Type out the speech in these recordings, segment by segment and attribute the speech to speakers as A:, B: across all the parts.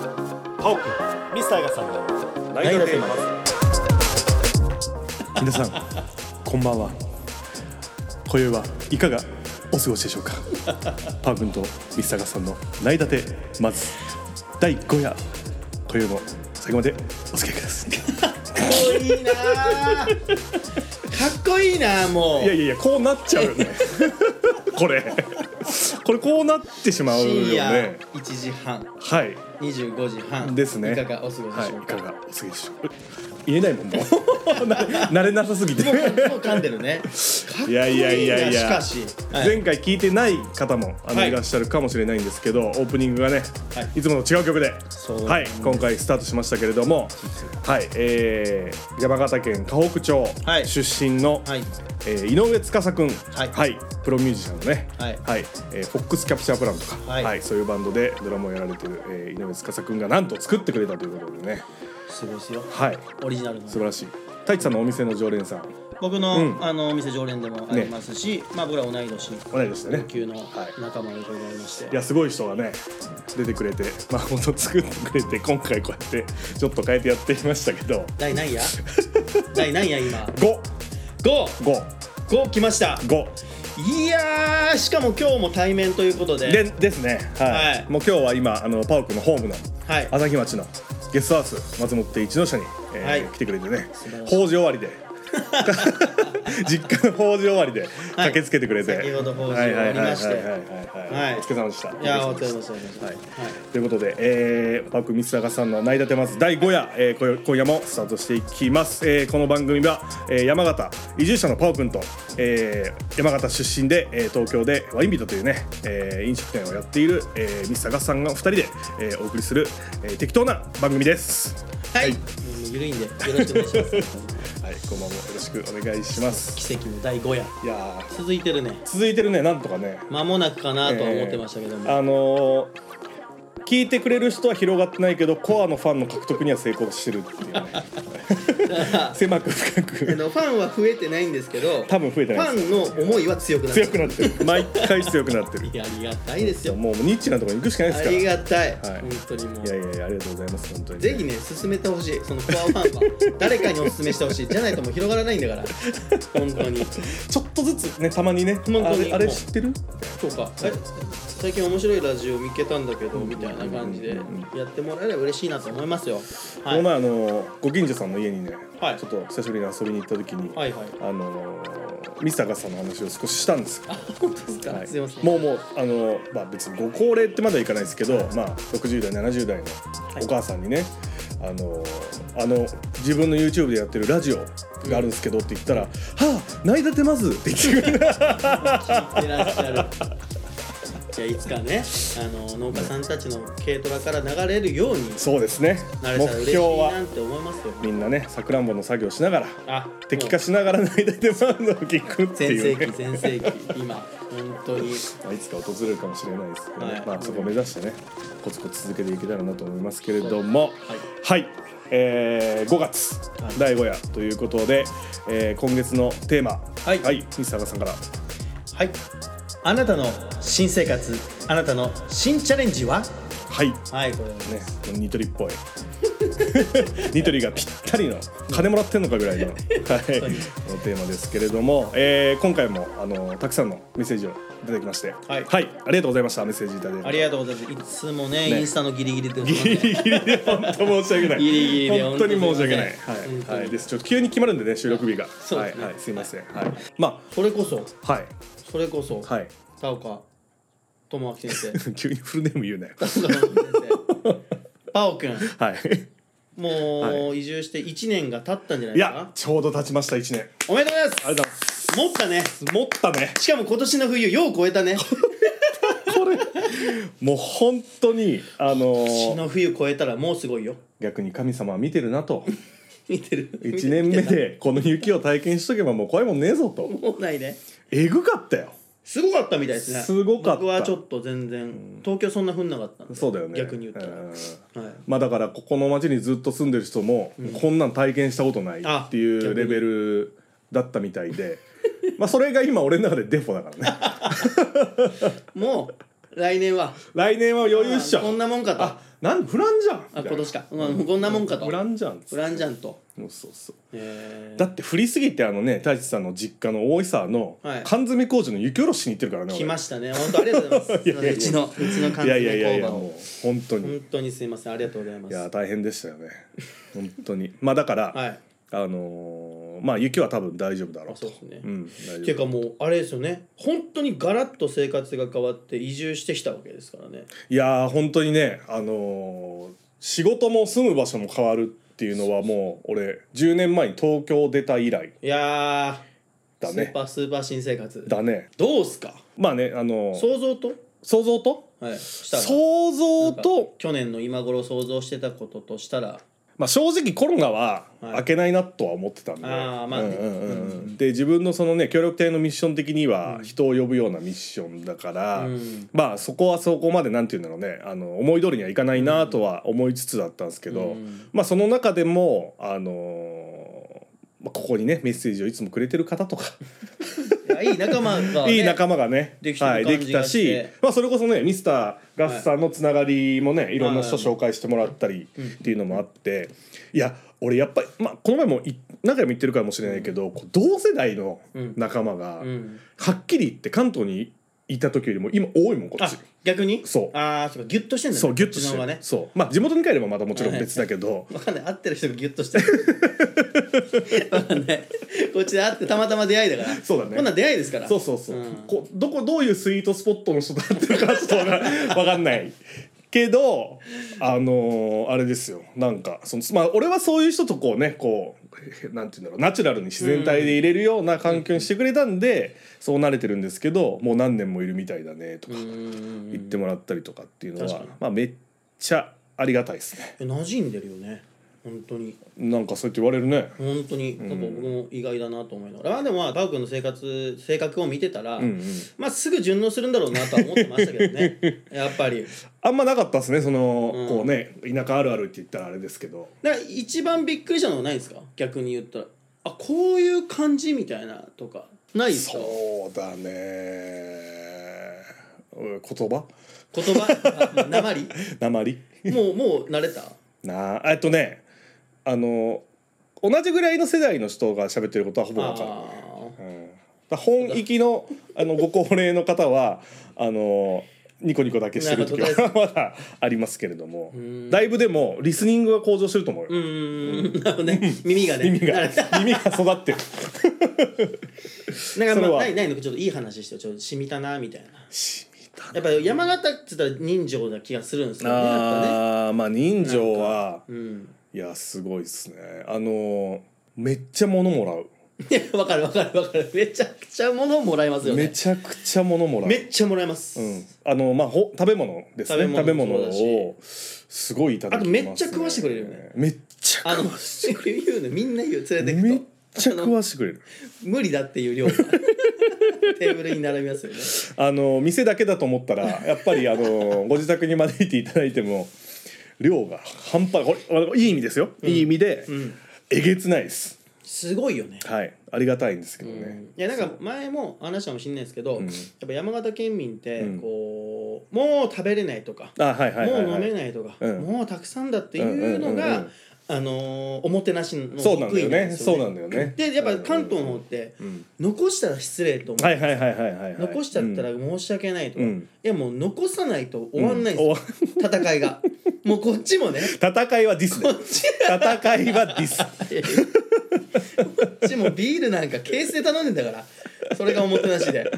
A: ハオくんミスターがさんの
B: ナイトテーマ
C: 皆さんこんばんは今宵はいかがお過ごしでしょう かパー君とミスタガさんの内立てまず第5夜今宵も最後までお付き合いください
D: いいなあかっこいいなあもう
C: いやいやいやこうなっちゃうよね これこれこうなってしまうよ
D: 深夜
C: ね
D: 1時半
C: はい
D: 25時半
C: ですね
D: いかがお過ごしで
C: はい
D: しょ
C: いう
D: か、
C: かがお過ごしでしょうか言えない もんもう慣れなさすぎて
D: もう噛んでるねかっこいい
C: い
D: な
C: やいやいやいや
D: しかし、はい
C: 前回聞いてない方もあの、
D: はい
C: い、らっしゃるかもしれないんですけどオープニングがね、
D: はい
C: い、つもと違う曲で
D: そう
C: はい、今回スタートしましたけれども、はいえー、山形県河北町
D: はい
C: 出身の、
D: はい
C: えー井上司君、
D: はい
C: プロミュージシャンのね、
D: はい
C: えーフォックスキャプチャープランとか、
D: は
C: はいいそういうバンドでドラムをやられてる、えー井上司君がなんと作ってくれたということでね、
D: すごいですよ
C: はい、
D: オリジナルの
C: 素晴らしい太一さんのお店の常連さん
D: 僕の,、
C: うん
D: あのお店常連でもありますし、まあ僕ら同い年
C: 同い年でね
D: 級の
C: はい
D: 仲間でございまして、
C: いやすごい人がね出てくれてまあ本当作ってくれて今回こうやってちょっと変えてやってみましたけど
D: 第何夜第何夜 今
C: 555
D: 55来ましたいやーしかも今日も対面ということで
C: でですねはい、
D: はい
C: もう今日は今あのパオクのホームの
D: はい
C: 朝日町のゲストハウス松本って一の社に、えー
D: はい
C: 来てくれてね
D: 晴らしい
C: 法事終わり で実家の法事終わりで駆けつけてくれて、
D: 先ほど法事終わりまして
C: はいはいはいはいはいはい
D: はい
C: お疲れ様でした
D: いやーお疲れ
C: で
D: 様
C: し
D: でしたお疲れ様でしたは
C: は
D: いい
C: ということで、えー、パークミスタガさんの内立てます第5夜、えー今夜、今夜もスタートしていきます、えーこの番組は、えー山形移住者のパオくんと、えー山形出身で、えー東京でワインビートというね、えー飲食店をやっている、えーミスタガさんが2人で、えーお送りする、えー適当な番組です
D: はい、もう緩いんでよろしくお願いします
C: はい今晩もよろしくお願いします
D: 奇跡の第5夜
C: いやー
D: 続いてるね
C: 続いてるねなんとかね
D: 間もなくかなとは思ってましたけども、
C: えーあのー聞いてくれる人は広がってないけどコアのファンの獲得には成功してるっていうね狭く深
D: あ
C: く
D: のファンは増えてないんですけど
C: 多分増えてないで
D: ファンの思いは強くなって
C: 強くなってる毎回強くなってる
D: いやありがたいですよ
C: もうニッチなところに行くしかないで
D: あ
C: すから
D: りがたい、
C: はい
D: 本当にもう
C: いやいやいやありがとうございます本当に
D: ぜひね進めてほしいそのコアファンは誰かにお勧めしてほしいじゃないともう広がらないんだから本当に
C: ちょっとずつねたまにね
D: 当に
C: あれあれ
D: もう
C: 知ってる
D: とかえ最近面白いラジオ見つけたんだけどみたいな感じでやってもらえれば嬉しいなと思いますよ
C: こ
D: はい
C: の前あのーご近所さんの家にね
D: はい
C: ちょっと久しぶりに遊びに行った時に
D: はいはい
C: あのーミスターガスさんの話を少ししたんですよ
D: 本当ですか、
C: はい
D: すいません
C: もうもうあのまあ別にご高齢ってまではいかないですけど、まあ60代70代のお母さんにね、あのあの自分の YouTube でやってるラジオがあるんですけどって言ったら「はあ泣いたてます」って 言ってくれた
D: いってらっしゃる。じゃあいつかね、あの農家さんたちの軽トラから流れるように
C: そうですね
D: なれた
C: 目
D: ら嬉し
C: 標
D: いな
C: は
D: って思いますよ。
C: みんなねさくらんぼの作業しながら
D: あ、
C: 敵化しながら泣いたてますのを聞くって
D: 全
C: い
D: 盛
C: う、ね
D: 期、全盛期、今本当に
C: まあ、いつか訪れるかもしれないですけど、ね
D: はい
C: まあそこを目指してねコツコツ続けていけたらなと思いますけれどもはい、えー5月、
D: はい
C: 第5夜ということで、えー今月のテーマ
D: はい
C: ミスターガさんから
D: はい。あなたの新生活、あなたの新チャレンジは？
C: はいね
D: はい、これはね。
C: このニトリっ ぽいニトリがぴったりの金もらってんのかぐ らいの、はい、のテーマですけれども、えー今回もあのたくさんのメッセージをいただきまして
D: はい
C: ありがとうございましたメッセージいただいて
D: ありがとうございます。いつもね、
C: ね
D: インスタのギリギリで、
C: ギリギリで本当申し訳ない。
D: ギリギリで
C: 本当に申し訳ない。
D: 本当に
C: はい、はい、です。ちょっと急に決まるんでね、収録日が。
D: そう
C: は
D: で
C: い、
D: すね
C: はい、すいません。はい、ま
D: それこそ、
C: あ、はい、
D: それこそ、
C: はい、
D: 田岡智明先生、
C: 急にフルネーム言うね。
D: 田岡智明先生、パオ君。
C: はい。
D: もう移住して1年が経ったんじゃない
C: い
D: かな、
C: や、ちょうど経ちました一年。
D: おめでとうございます
C: ありがとうございます。
D: 持ったね
C: 持ったね。
D: しかも今年の冬よう超えたね今
C: もう本当に、あの
D: 年
C: ー、
D: の冬超えたらもうすごいよ
C: 逆に神様は見てるな と。
D: 見てる
C: 一年目で、この雪を体験しとけば、もう怖いもんねえぞと。
D: もうないね
C: えぐかったよ。
D: すごかったみたいですね
C: すごかった
D: 僕はちょっと全然東京そんな降んなかったんで
C: そうだよね。
D: 逆に言ったら、
C: うん
D: はい、
C: まあだからここの町にずっと住んでる人もこんなん体験したことない
D: あ
C: っていうレベルだったみ た いでまあそれが今俺の中でデフォだからね
D: もう来年は
C: 来年は余裕っしょ
D: あこんなもんかと
C: あなんフランじゃん
D: あ今年か、うん、こんなもんかと
C: フランじゃん
D: フランジャンと
C: そうそうそう
D: えー
C: だって振りすぎてあのね太一さんの実家の大井沢の
D: はい
C: 缶詰工場の雪下ろしに行ってるからね俺
D: 来ましたね本当ありがとうございます
C: いやいやいや
D: うちのうちの関
C: いやいや
D: 西
C: いやい
D: 工
C: や
D: 場
C: も
D: を
C: う本当に
D: 本当にすいませんありがとうございま
C: い
D: す
C: や大変でしたよね本当にまあだから、
D: はい
C: あのーまあ雪は多分大丈夫だろうと
D: あそうですね
C: ん、大
D: ってい
C: 丈
D: うかもうあれですよね本当にガラッと生活が変わって移住してきたわけですからね
C: 夫いやー本当にねあのー仕事も住む場所も変わるっていうのはもう俺10年前に東京出た以来
D: いやー
C: だ
D: スー
C: ね
D: パースーパー新生活
C: だね
D: どうすか
C: まあねあのー
D: 想像と、
C: 想像と
D: はい、したら
C: 想像と
D: 去年の今頃想像してたこととしたら
C: まあ、正直コロナは
D: はい
C: 開けないなとは思ってたんで、
D: あーまあね
C: うんうんうんうんで自分のそのね協力隊のミッション的には人を呼ぶようなミッションだから、
D: うん
C: まあそこはそこまでなんていうんだろうねあの思い通りにはいかないなとは思いつつだったんですけど、
D: うん
C: まあその中でもあのーまあここにねメッセージをいつもくれてる方とか、
D: いやいい仲間が、ね、
C: いい仲間がね
D: できてる
C: はい、で
D: 感
C: き
D: じが
C: た
D: して
C: し、まあ、それこそねミスターガスさんのつながりもねいろんな人紹介してもらったりっていうのもあっていや俺やっぱり、まあ、この前もい何回も言ってるかもしれないけど、こう同世代の仲間が、
D: うん、
C: はっきり言って関東にいた時よりも今多いもんこっ
D: あ
C: ち。
D: 逆に
C: そう
D: ああそうかギュッとしてんだね
C: そうギュッとして
D: こっちの方
C: る、
D: がね
C: そうまあ地元に帰ればまたもちろん別だけど
D: わかんない会ってる人がギュッとしてる わかんないこっちで会ってたまたま出会いだから
C: そうだね
D: こんなん出会いですから
C: そうそうそう、
D: ん
C: こどこどういうスイートスポットの人だってるかちょっとわかわかんないけどあのーあれですよなんかそのまあ俺はそういう人とこうねこうなんて言うんだろうナチュラルに自然体で入れるような環境にしてくれたんで、そう慣れてるんですけどもう何年もいるみたいだねとか
D: うーん
C: 言ってもらったりとかっていうのは、
D: 確かに
C: まあめっちゃありがたいですね
D: え馴染んでるよね本当に
C: なんかそうやって言われるね
D: 本当になんか僕も意外だなと思いながら、まあでもまあタオ君の生活性格を見てたら、
C: うんうん
D: まあすぐ順応するんだろうなとは思ってましたけど ねやっぱり
C: あんまなかったですねその、
D: うん
C: こうね田舎あるあるって言ったらあれですけど
D: だから一番びっくりしたのはないですか逆に言ったらあこういう感じみたいなとかないですか
C: そうだねうん言葉
D: 言葉なまり
C: 鉛
D: もうもう慣れた
C: なあえっとねあの同じぐらいの世代の人が喋ってることはほぼ分かる、
D: あー
C: うん、だ本域のあのご高齢の方はあのニコニコだけしてる時
D: なる
C: は まだありますけれども
D: ん
C: だいぶでもリスニングが向上してると思うよ、
D: うーんなるほどね耳がね
C: 耳
D: 慣
C: が
D: れた
C: 耳が育ってる
D: なんか
C: それ
D: まあ
C: は
D: ないないのかちょっといい話してよちょっとしみたなみたいな
C: しみた
D: やっぱ山形って言ったら人情な気がするんですよねやっぱね
C: あーまあ人情は
D: うん
C: いやすごいですねあのめっちゃ物もらう
D: いやわかるわかるわかるめちゃくちゃ物をもらいますよ
C: め
D: ね
C: ちゃくちゃ物もらう
D: めっちゃもらいます、
C: うん、あのまあほ食べ物ですね食べ
D: 食べ
C: 物
D: 物もそうだし
C: をすごいいただき
D: あ
C: ます、
D: とめっちゃ食わしてくれるよね
C: めっちゃ
D: あの 言うねみんな言う連れて
C: め
D: く
C: っ
D: と
C: ちゃ食わしてくれる
D: 無理だっていう量が テーブルに並びますよね
C: あの店だけだと思ったらやっぱりあの ご自宅に招いていただいても量が半端これいい意味ですよ、いい意味で、えげつないです
D: すごいよね
C: はいありがたいんですけどね、
D: いやなんか前も話したかもしれないですけど、
C: ん
D: やっぱ山形県民って
C: うん
D: こう、もう食べれないとか、
C: あはいはいはい、はい、
D: もう飲めないとか、
C: うん
D: もうたくさんだっていうの
C: うんうんうん
D: が、
C: うん
D: あのーおもてなしの
C: そうなんだ
D: 極
C: よ
D: 意
C: ね
D: です
C: そうなんだよね
D: でやっぱ関東の方って、
C: うん
D: 残したら失礼と思う、
C: はいはいはいはいはいはい
D: 残しちゃったら
C: うん
D: 申し訳ないとか、
C: うん
D: いやもう残さないと終わんないん
C: う
D: ですよ、戦いがもうこっちもね
C: 戦いはディ スね
D: こっち
C: 戦いはディス
D: こっちもビールなんかケースで頼んでんだからそれがおもてなしで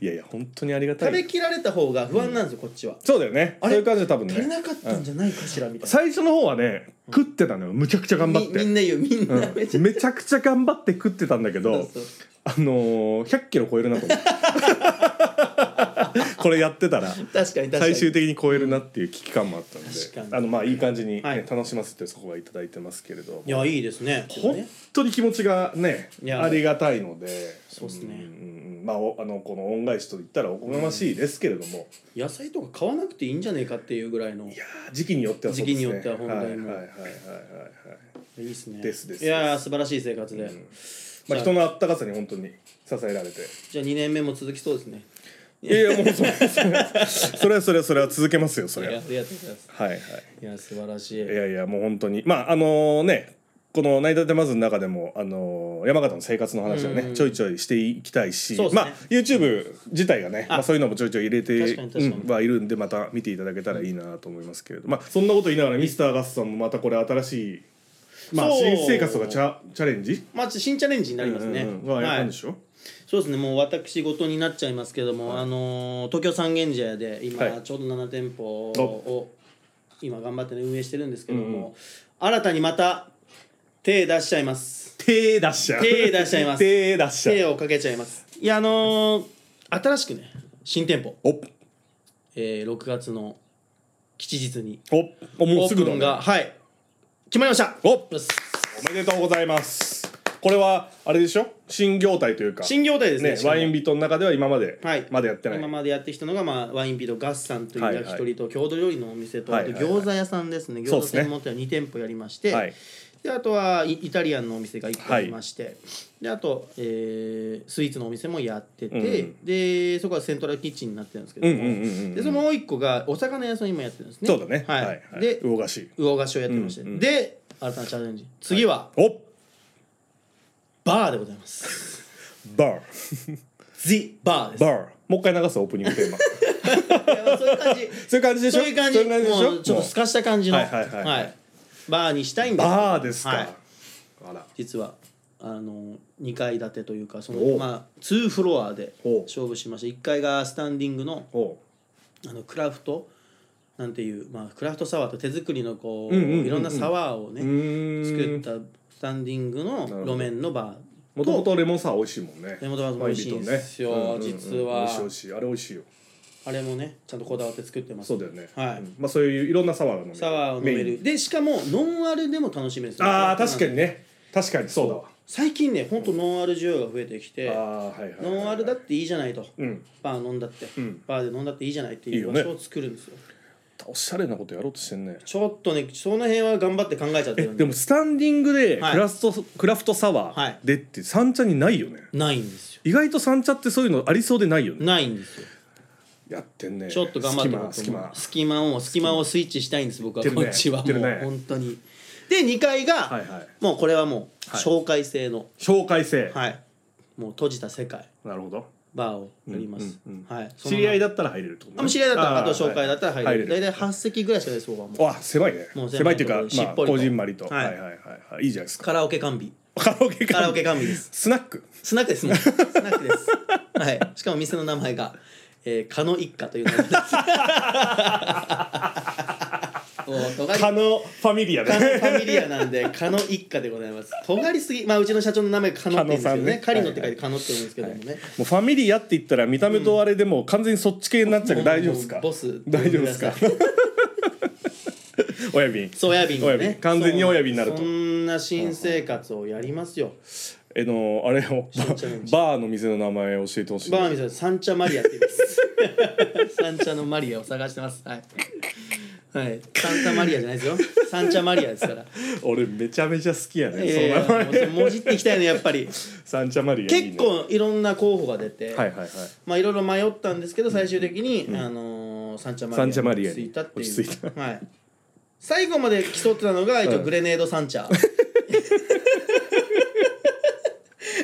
C: いやいや本当にありがた
D: 食べ
C: い
D: きられた方が不安なんですよこっちは
C: そうだよね
D: あ
C: そう
D: れ
C: いう感じで多分
D: 足り
C: ね
D: なかったんじゃないかしらみたいな
C: 最初の方はね食ってたのよむちゃくちゃ頑張っ
D: みみ
C: て
D: んな言うみんなめち
C: うんめちゃくちゃ頑張って食ってたんだけ
D: ゃ
C: ど
D: そう
C: あのー100キロ超えるなと思って これやってたら
D: 確かに確かに
C: 最終的に超えるなっていう危機感もあったんで
D: 確かに
C: あのまあいい感じにね
D: はい
C: 楽しませてそこはいただいてますけれど
D: いやいいですねでも
C: 本
D: ね
C: 当に気持ちがね
D: いや
C: ありがたいので
D: そうっすね
C: んうんうんまあおあのこの恩返しと言ったらおこがましいですけれども、
D: 野菜とか買わなくていいんじゃねえかっていうぐらいのい
C: いやー時期によってはそうですね
D: 時期によっては本当にもう
C: はいはいはいはいはいはい
D: いですね
C: ですです
D: いやー素晴らしい生活で、
C: まあ、
D: さあ
C: 人のあったかさに本当に支えられて
D: じゃあ2年目も続きそうですね
C: いやいやもうそれそれそれはそれはそれは続けますよそ
D: い
C: れ
D: や
C: は
D: ありがとうございます
C: はいはい
D: いや素晴らしい
C: いやいやもう本当にまああのねこの「内田てまず」の中でも、あの山形の生活の話をね、
D: うん
C: ちょいちょいしていきたいし、
D: そうですね
C: まあ YouTube 自体がねまあ、そういうのもちょいちょい入れて
D: 確かに確かに
C: うんはいるんでまた見ていただけたらいいなと思いますけれど、まあそんなこと言いながらミスターガスさんもまたこれ新しい、まあ、
D: そう
C: 新生活とかチャチャレンジ
D: まあ新チャレンジになりますね、
C: うんうんうんはや
D: は
C: るん
D: い
C: でしょ、
D: そうですねもう私事になっちゃいますけども、あのー東京三軒茶屋で今、
C: はい
D: ちょうど7店舗
C: お
D: を今頑張って、ね、運営してるんですけども、新たにまた手出しちゃいます
C: 手出しちゃう
D: 手出しちゃいます
C: 手出しち
D: 手
C: ゃう
D: をかけちゃいますいやあのー新しくね新店舗、
C: お
D: えー、6月の吉日に
C: おおも
D: オ
C: うす
D: ー
C: ぐ
D: プ
C: だ、
D: ン
C: ね、
D: が、はい決まりました
C: お
D: よし
C: おめでとうございますこれはあれでしょ新業態というか
D: 新業態ですね
C: ね
D: し、かも
C: ワインビットの中では今まで、
D: はい、
C: まだやってない。
D: 今までやってきたのが、まあ、ワインビドガッサンとい
C: は
D: う
C: いはい
D: 焼き鳥と郷土料理のお店と、
C: は
D: あ
C: い
D: と
C: はいはい
D: 餃子屋さんですね、
C: そう
D: 餃
C: で
D: 子
C: すね
D: 専門店は2店舗やりまして、
C: はい
D: であとはイイタリアンのお店が1個ありまして、であと、えースイーツのお店もやってて、
C: うん
D: でそこはセントラルキッチンになってるんですけど
C: う
D: も、
C: んうんうんうん
D: でそのもう1個がお魚屋さん今やってるんですね
C: そうだね。
D: はいで
C: 魚菓子。
D: 魚菓子をやってまして、
C: うんうん
D: で新たなチャレンジ次は、
C: お、
D: バーでございます
C: バー、
D: The バーです
C: バー。もう一回流すオープニン グテーマ。
D: いやそういう感じ
C: そういう感じでしょ。
D: そういう感じ
C: うでしょ
D: もうちょっと
C: も
D: すかした感じの
C: はいはいはいはい
D: バーにしたいん
C: う
D: ですけど
C: バーですか。
D: はい
C: あら。
D: 実はあの2階建てというかそ
C: お
D: の
C: う
D: まあ2フロアで
C: おう
D: 勝負しました1階がスタンディングの
C: おう、
D: あのクラフトなんていう、まあ、クラフトサワーと手作りのこう,、
C: うんうんうんうん
D: いろんなサワーをね、
C: うーん
D: 作ったスタンディングの
C: ほど
D: 路面のバー
C: もともとレモンサワー美味しいもんね。
D: レモンサワー美味しいんですよ
C: ワインビートね
D: 実は
C: 美味しい美味しい。あれ美味しいよ。
D: あれもねちゃんとこだわって作ってます
C: そうだよね。
D: はい
C: うんまあそういういろんなサワーが飲める。
D: サワーを飲め
C: メイ
D: る
C: ン。
D: でしかもノンアルでも楽しめるんですよ
C: ああ確かにね。確かにそうだわ。
D: 最近ねほんとノンアル需要が増えてきて、
C: ああはいはいはい。
D: ノンアルだっていいじゃないと、
C: ん
D: バー飲んだって、
C: ん
D: バーで飲んだっていいじゃないって
C: いい
D: い
C: よ
D: う
C: ね
D: 場所を作るんですよ
C: おしゃれなことやろうとしてんね。
D: ちょっとねその辺は頑張って考えちゃって
C: え
D: るん
C: で
D: で
C: もスタンディングでク
D: はい
C: ラフト、クラフトサワ
D: は
C: ー
D: い
C: でって三茶にないよね
D: ないんですよ
C: 意外と三茶ってそういうのありそうでないよね
D: ないんですよ
C: やってんね
D: ちょっと頑張ってると思う
C: 隙間隙
D: 隙間を隙間をスイッチしたいんです僕は
C: 言って
D: こ
C: るね
D: っちはも
C: 言ってるね
D: う本当にで2階が、
C: 間はいはい
D: もうこれはもう
C: はい
D: 紹介制の
C: 紹介制、
D: はいもう閉じた世界
C: なるほど
D: バーをやります、
C: うんうんうん
D: はい
C: 知り合い
D: だ
C: だったら入れるってことね
D: あもう知り合いだったらあ
C: ー
D: と紹介だったら入れる,、
C: はい
D: 大体8席ぐらいしかないです僕はもう
C: わ狭いね
D: もう
C: 狭
D: 狭い
C: いっていうか
D: しっ
C: まあ
D: ぽりと
C: こじんまりと、は、
D: はいい
C: はいはいはいはいいいじゃないですか
D: カラオケ完 備
C: カラオケ
D: カラオケ
C: か
D: 完備です
C: スナック
D: スナックですもん。スナックです。はい。しかも店の名前が、えー、カノ一家という名 前です。もう尖り
C: カノファミリア
D: カノフ
C: ね
D: ァミリアなんで、カノ一家でございます。尖りすぎ、まあうちの社長の名前がカノって言うんですけどね。
C: カノさんね
D: カリノって書いてカノって言うんですけどもね。
C: もうファミリアって言ったら見た目とあれでもう完全にそっち系になっちゃうけど
D: もう
C: 大丈夫ですか
D: もうボス
C: 大丈夫ですか親便
D: そう親瓶
C: 親
D: ね
C: 瓶完全に親瓶になると
D: そうそんな新生活をやりますよ。
C: えのあれをバ
D: チャレンジ
C: バーの店の名前教えてほしい
D: バーミさん、サンチャマリアって言います。 サンチャのマリアを探してます。はい。はい、サンタマリアじゃないですよ。サンチャマリア ですから。
C: 俺めちゃめちゃ好きやね、
D: え
C: その名前
D: えもじっていきたいねやっぱ り
C: サンチャマリアいいね
D: 結構いろんな候補が出て、
C: はいはいはい
D: まあいろいろ迷ったんですけど最終的に、あのーサンチャマリア
C: サンチャマリア
D: 落ち着
C: に
D: いたって
C: 落ち着
D: い
C: いう
D: はい最後まで競ってたのが一応
C: うん
D: グレネードサン チャ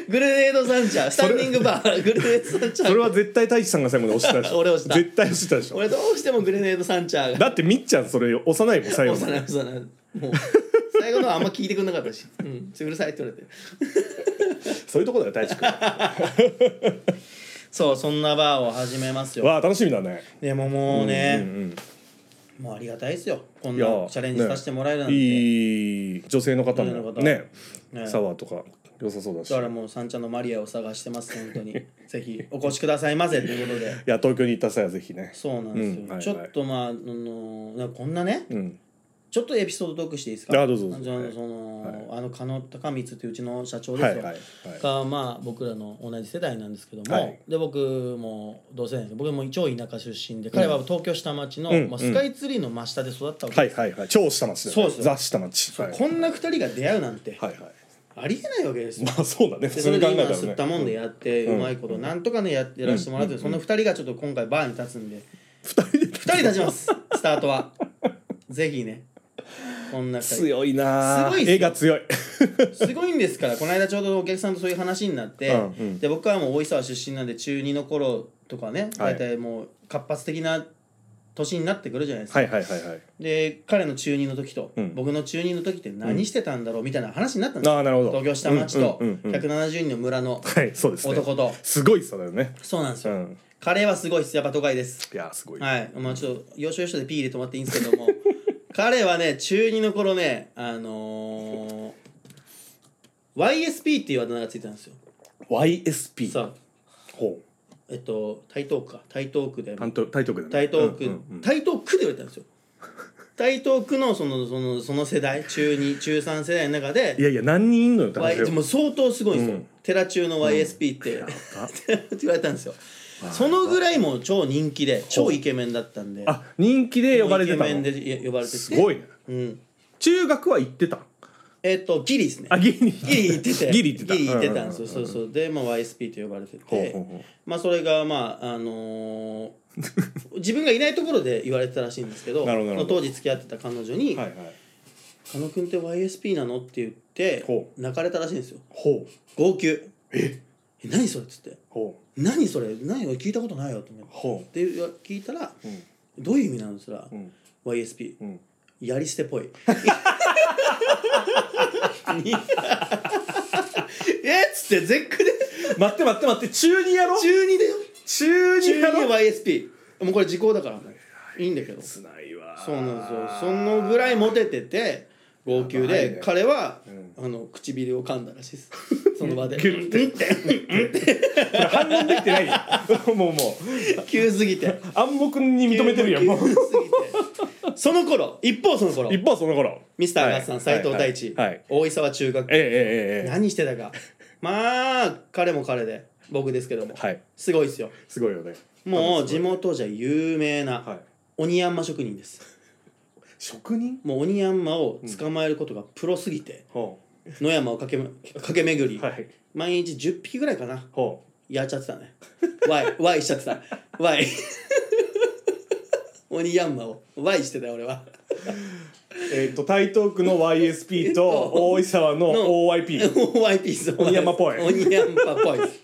D: グレネードサンチャスタンディングバーグレネードサンチ
C: それ
D: ャ
C: は絶対太一さんが最後まで押してたでしょ
D: 俺押した
C: 絶対押してたでしょ
D: 俺どうしてもグレネードサンチャが
C: だってみっちゃんそれ押さないもん最後ま
D: 幼い
C: で
D: 幼いもう最後のはあんま聞いてくれなかったし「うんちょっとうるさい」って言われて
C: そういうとこだよ太一君
D: そうそんなバーを始めますよ
C: わあ楽しみだね
D: でももうね、
C: うんうん
D: もうありがたいですよこん
C: い
D: な
C: や
D: チャレンジさせてもらえるなんて、
C: ねいい女性の方
D: 女性の
C: も
D: 方
C: ね
D: ね
C: サワーとか良さそうだし
D: だからもう三茶のマリアを探してます本当 にぜひお越しくださいませということで
C: いや東京に行った際はぜひね
D: そうなんですよ、
C: うんはいはい
D: ちょっとまあ、あのーなんかこんなね
C: うん
D: ちょっとエピソードトークしていいですか
C: あどうぞどうぞ
D: あ
C: はい
D: のその、あの狩野高光っていううちの社長です
C: は
D: よ、
C: いはいはい
D: がまあ僕らの同じ世代なんですけども、
C: はい
D: で僕も同世代なんですけど僕も超田舎出身で、彼は東京下町の、
C: うん
D: まあ、スカイツリーの真下で育ったわけ
C: は
D: で
C: い
D: す、
C: はいはい超下町だよね
D: そうですよ
C: ザ下町はい
D: こんな二人が出会うなんて、
C: はいはい
D: ありえないわけですよ
C: まあそうだね普
D: で
C: 通
D: それ
C: に考
D: で
C: え
D: 今
C: たらね
D: 吸ったもんでやって
C: うん
D: うまいことなんとかねやってらしてもらって
C: うん
D: その2人がちょっと今回バーに立つんで
C: 2人で
D: 2人立ちますスタート はぜひねこんな2人
C: 強いなあ
D: すごいっすよ
C: 絵が強い
D: すごいんですからこの間ちょうどお客さんとそういう話になって、
C: うんうん
D: で僕はもう大井沢出身なんで中2の頃とかね、
C: はい
D: 大体もう活発的な年になってくるじゃないですか、
C: はいはいはいはい
D: で彼の中2の時と、
C: うん
D: 僕の中2の時って何してたんだろうみたいな話になったんですよ、
C: ああなるほど
D: 東京下町と
C: うんうんうんうん
D: 170人の村の
C: はいそうですね
D: 男と、
C: すごい人だよね
D: そうなんです
C: う
D: よ、
C: ん
D: カレーはすごいっすやっぱ都会です
C: いやーすごい、
D: はいまあちょっと要所要所でピー入れてもらっていいんですけども 彼はね中2の頃ねあのー、YSP っていうあだ名がついてたんですよ
C: YSP
D: さあ
C: ほう
D: えっと台東区か台東区で
C: タント台東区だね
D: 台東区、
C: うんうんうん
D: 台東区で言われたんです よ台東区のそのそのその世代中2中3世代 の中
C: い
D: で
C: やいや何人いんのよって
D: Y
C: 話よ
D: もう相当すごいんですよ、
C: うん
D: 寺中の YSP って、
C: ば
D: って言われたんですよそのぐらいもう超人気で超イケメンだったんで
C: あ人気で呼ばれてた
D: イケメン
C: の
D: でいや呼ばれてて
C: すごいね
D: うん、
C: 中学は行ってた
D: えっ、とギリですね
C: あギリ
D: ギリ行ってて
C: ギリ行ってた
D: ギリ行ってたんですよ、
C: うん
D: そうそうで、まあ、YSP と呼ばれてて
C: ほうほうほう
D: まあそれがまああのー自分がいないところで言われてたらしいんですけど
C: なるほどなるほど
D: 当時付き合ってた彼女に「
C: はいはい
D: 狩野君って YSP なの?」って言って
C: ほ
D: 泣かれたらしいんですよ
C: ほう
D: 号泣「え何それ?」っつって
C: ほ
D: 「何それ何俺聞いたことないよ」と思って
C: ほ
D: で聞いたら
C: ううん
D: 「どういう意味なの?」って言ったら
C: ん
D: 「YSP
C: うん
D: やり捨てっぽ い」 えっつって絶句で
C: 待って待って待って中二やろ
D: 中2だよ
C: 中二
D: 中
C: や
D: 2
C: ろ
D: YSP もうこれ時効だからいいんだけど
C: つないわ
D: そうなんですよそのぐらいモテてて号泣
C: やばい
D: で、
C: ね
D: 彼は、
C: う
D: あの唇を噛んだらしい ですその場で
C: ギュッて
D: うんって
C: これ反論できてないよもうもう
D: 急すぎて
C: 暗黙に認めてるやんもう
D: 急すぎてその頃一方その頃
C: 一方その頃
D: ミスターガッサン斎、藤太一、
C: はいはいはい
D: 大井沢中学
C: ええええええ
D: 何してたかまあ彼も彼で僕ですけども、
C: はい
D: すごいですよ
C: すごいよね
D: もう地元じゃ有名な、
C: はい
D: 鬼ヤンマ職人です
C: 職人
D: もう鬼ヤンマを捕まえることがプロすぎて、
C: ほ
D: 野山を駆け駆け巡り、
C: うはい
D: 毎日10匹ぐらいかな
C: ほ
D: やっちゃってたね Y Y しちゃってた Y 鬼ヤンマを Y してたよ俺は
C: うえっと台東区の YSP と大井沢の
D: の
C: OIP
D: Y ピース
C: 鬼ヤンマっぽい
D: 鬼ヤンマっぽい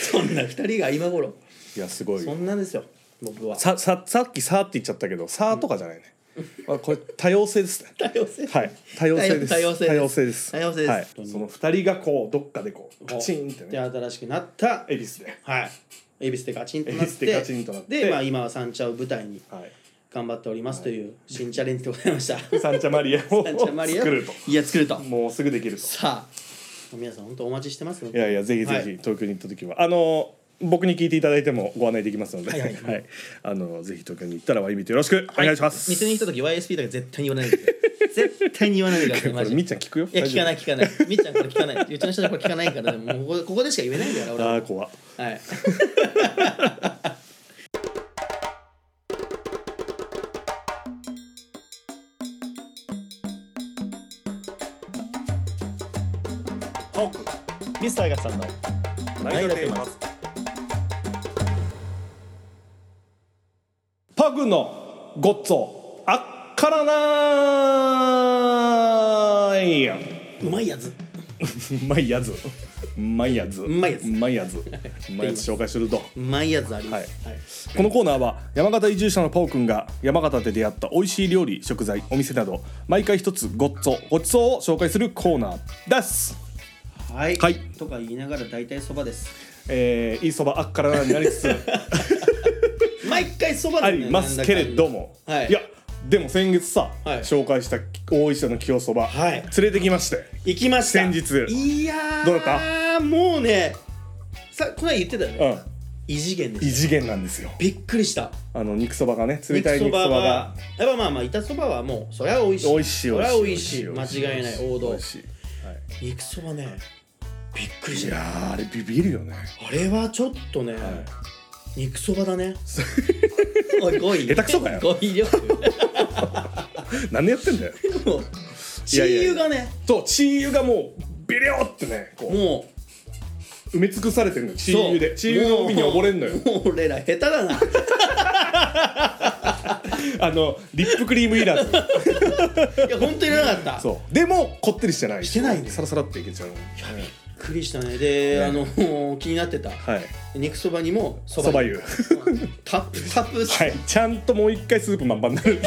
D: そんな2人が今頃
C: いやすごい
D: そんなんですよ僕は
C: さささっき「さ」って言っちゃったけど「さ」とかじゃないねあこれ多様性ですね
D: 多様性
C: はい多様性で す
D: 多様性です
C: 多様性です
D: 多様性です
C: はいその二人がこうどっかでこうカチンって
D: で
C: ね
D: 新しくなった
C: 恵比寿で
D: はい恵比寿でガチンとな
C: 恵
D: っ
C: 比寿
D: て
C: でガチンとなって
D: で、まあ、今は三茶を舞台に
C: はい
D: 頑張っておりますという新チャレンジでございま した
C: サンチャマリア を
D: 三茶マリア
C: 作ると
D: いや作ると
C: もうすぐできると
D: さあ皆さん本当お待ちしてますの
C: い
D: で
C: やいやぜひぜ
D: は
C: ひ
D: い
C: 東京に行った時は、あの僕に聞いていただいてもご案内できますので、は
D: はいいはい
C: あのぜひ東京に行ったらワイミートよろしくお願いします。
D: 店に来た時 YSP だけ絶対に言わないでください 絶対に言わないでください
C: こ
D: マ
C: れ
D: ジ
C: み
D: で
C: っちゃん聞くよ。。
D: いや聞かないい聞かないみっちゃんこれ聞かないうちの人はこれ聞かないからでももうここここでしか言えないんだよ
C: あ
D: 俺は
C: ー怖。
D: はい
A: トークミスターガッサンの何が出ます
C: パグのゴッツォあっからなーい。う
D: うまいやつ
C: まいやつ。うまいやつ。う
D: まいやつ
C: うまいやつ。うまいやつ紹介すると。
D: うまいやつありますはい
C: このコーナーは山形移住者のパオくんが山形で出会った美味しい料理食材お店など毎回一つごっつおごちそうを紹介するコーナーです
D: はい、
C: はい
D: とか言いながら大体そばです
C: えー、いいそばあっからなになりつつ
D: 毎回そば
C: ありますけれども、
D: はい
C: いやでも先月さ、
D: はい
C: 紹介した大石の清そば、
D: はい
C: 連れてきまして
D: 行きました
C: 先日
D: いやー
C: どうだ
D: もうねさこの間言ってたよ
C: う
D: ね、
C: ん
D: 異次元です
C: 異次元なんですよ
D: びっくりした
C: あの肉そばがね冷
D: 肉
C: たい
D: そ
C: 肉
D: ば
C: そば
D: は
C: が
D: やっぱまあまあ板そばはもうそりゃ美味しい
C: 美味しい
D: そ
C: 美
D: りゃ
C: 味しい
D: 美味しい間違いない王
C: 美
D: 道
C: 味しいはい
D: 肉そばねびっくりし
C: い
D: た
C: や
D: あ
C: ーあれビビるよね
D: れはちょっとね、肉そばだ ねおい5位
C: 下手くそかよ
D: 5位よ
C: 何でやってんだよ
D: もうチー油がね
C: そうチー油がもうビリョってねこ
D: もう
C: う埋め尽くされてるのチー
D: そう
C: 油でチー油の海に溺れんのよ
D: もう俺ら下手だない
C: あのリップクリームい らず
D: や本当にいらなかったびっ
C: そうでもこってりしてない
D: してないね
C: サラサラっていけちゃう
D: くりしたねで、あの気になってた
C: はい
D: 肉そばにもそ
C: そば
D: ば
C: 湯
D: タップタップ
C: はいちゃんともう一回スープ満々になる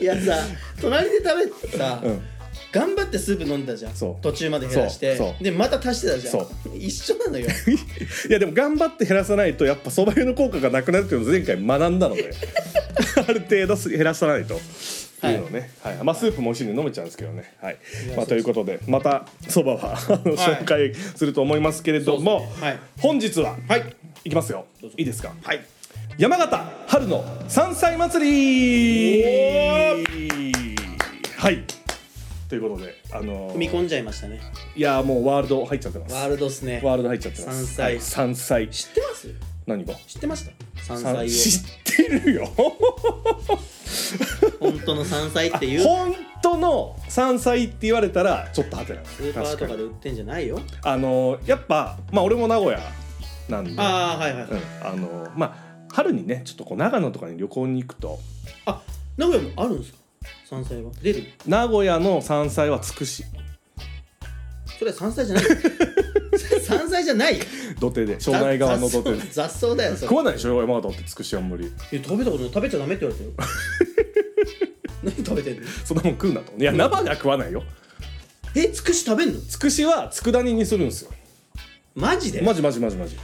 D: いやさ隣で食べてさ、
C: うん
D: 頑張ってスープ飲んだじゃん
C: そう
D: 途中まで減らして
C: そうそう
D: でまた足してたじゃん
C: そ
D: 一緒なのよ
C: いやでも頑張って減らさないとやっぱそば湯の効果がなくなるっていうのを前回学ん だのである程度す減らさないと。い
D: はいう
C: のをね、はい、まあスープも美味しいんで飲めちゃうんですけどね、はい、
D: や
C: ま
D: そ
C: あ
D: う
C: ということで、またそばは、あの
D: はい
C: 紹介すると思いますけれども
D: そうですねはい。
C: 本日は、
D: はい
C: いきますよ
D: どうぞ。
C: いいですか。
D: はい
C: 山形春の山菜祭りはいということであの
D: 踏み込んじゃいましたね
C: いやもうワールド入っちゃってます
D: ワールドっすね
C: ワールド入っちゃってま
D: 山
C: す
D: 菜
C: はい山菜
D: 知ってます
C: 何が
D: 知ってました山
C: 山
D: 菜
C: 知
D: を
C: ってるよ
D: 本当の山菜っていうス
C: 本当の山菜って言われたらちょっとハテナです
D: ーパーとか
C: 確
D: で
C: に
D: 売ってんじゃないよ
C: あのやっぱまあ俺も名古屋なんであ,、
D: ああはいはい、はい
C: うん、あのまあ春にねちょっとこう長野とかに旅行に行くと
D: あ名古屋もあるんですか山菜は出る
C: 名古屋の山菜はつくし
D: それは山菜じ ゃない山菜じゃないよ
C: 土手で庄内側の土手で
D: 雑雑草だよそれ
C: 食わないでしょ山形ってつくしあんま
D: い
C: り
D: や食べたことない食べちゃダメって言われたよ 何食べてんの
C: そんなもん食うなといや生では食わないよ
D: えつくし食べんの
C: つくしは佃煮にするんですよ
D: マジで、
C: マジマジマジマジい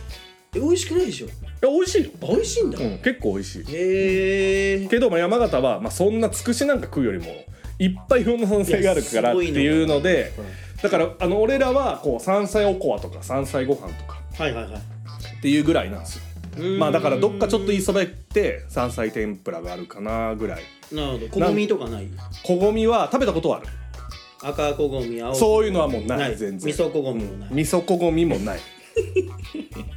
D: え美味しくないでしょ
C: や美味しいよ、
D: 美味しいんだ、
C: うん、結構美味しい
D: へえ
C: けど、まあ、山形は、まあ、そんなつくしなんか食うよりもいっぱいいろんな山菜があるから
D: いやす
C: っ
D: ご
C: て
D: いの
C: いうので
D: うん
C: だからあの俺らはこう山菜おこわとか山菜ご飯とか
D: はいはいはい
C: っていうぐらいなんですよ
D: うーん
C: まあだからどっかちょっといいそば行って山菜天ぷらがあるかなぐらい
D: なるほどこごみとかない
C: こごみは食べたことはある
D: 赤こごみ青
C: そういうのはもうない
D: ない
C: 全然
D: 味噌こごみもない
C: 味噌こごみも ない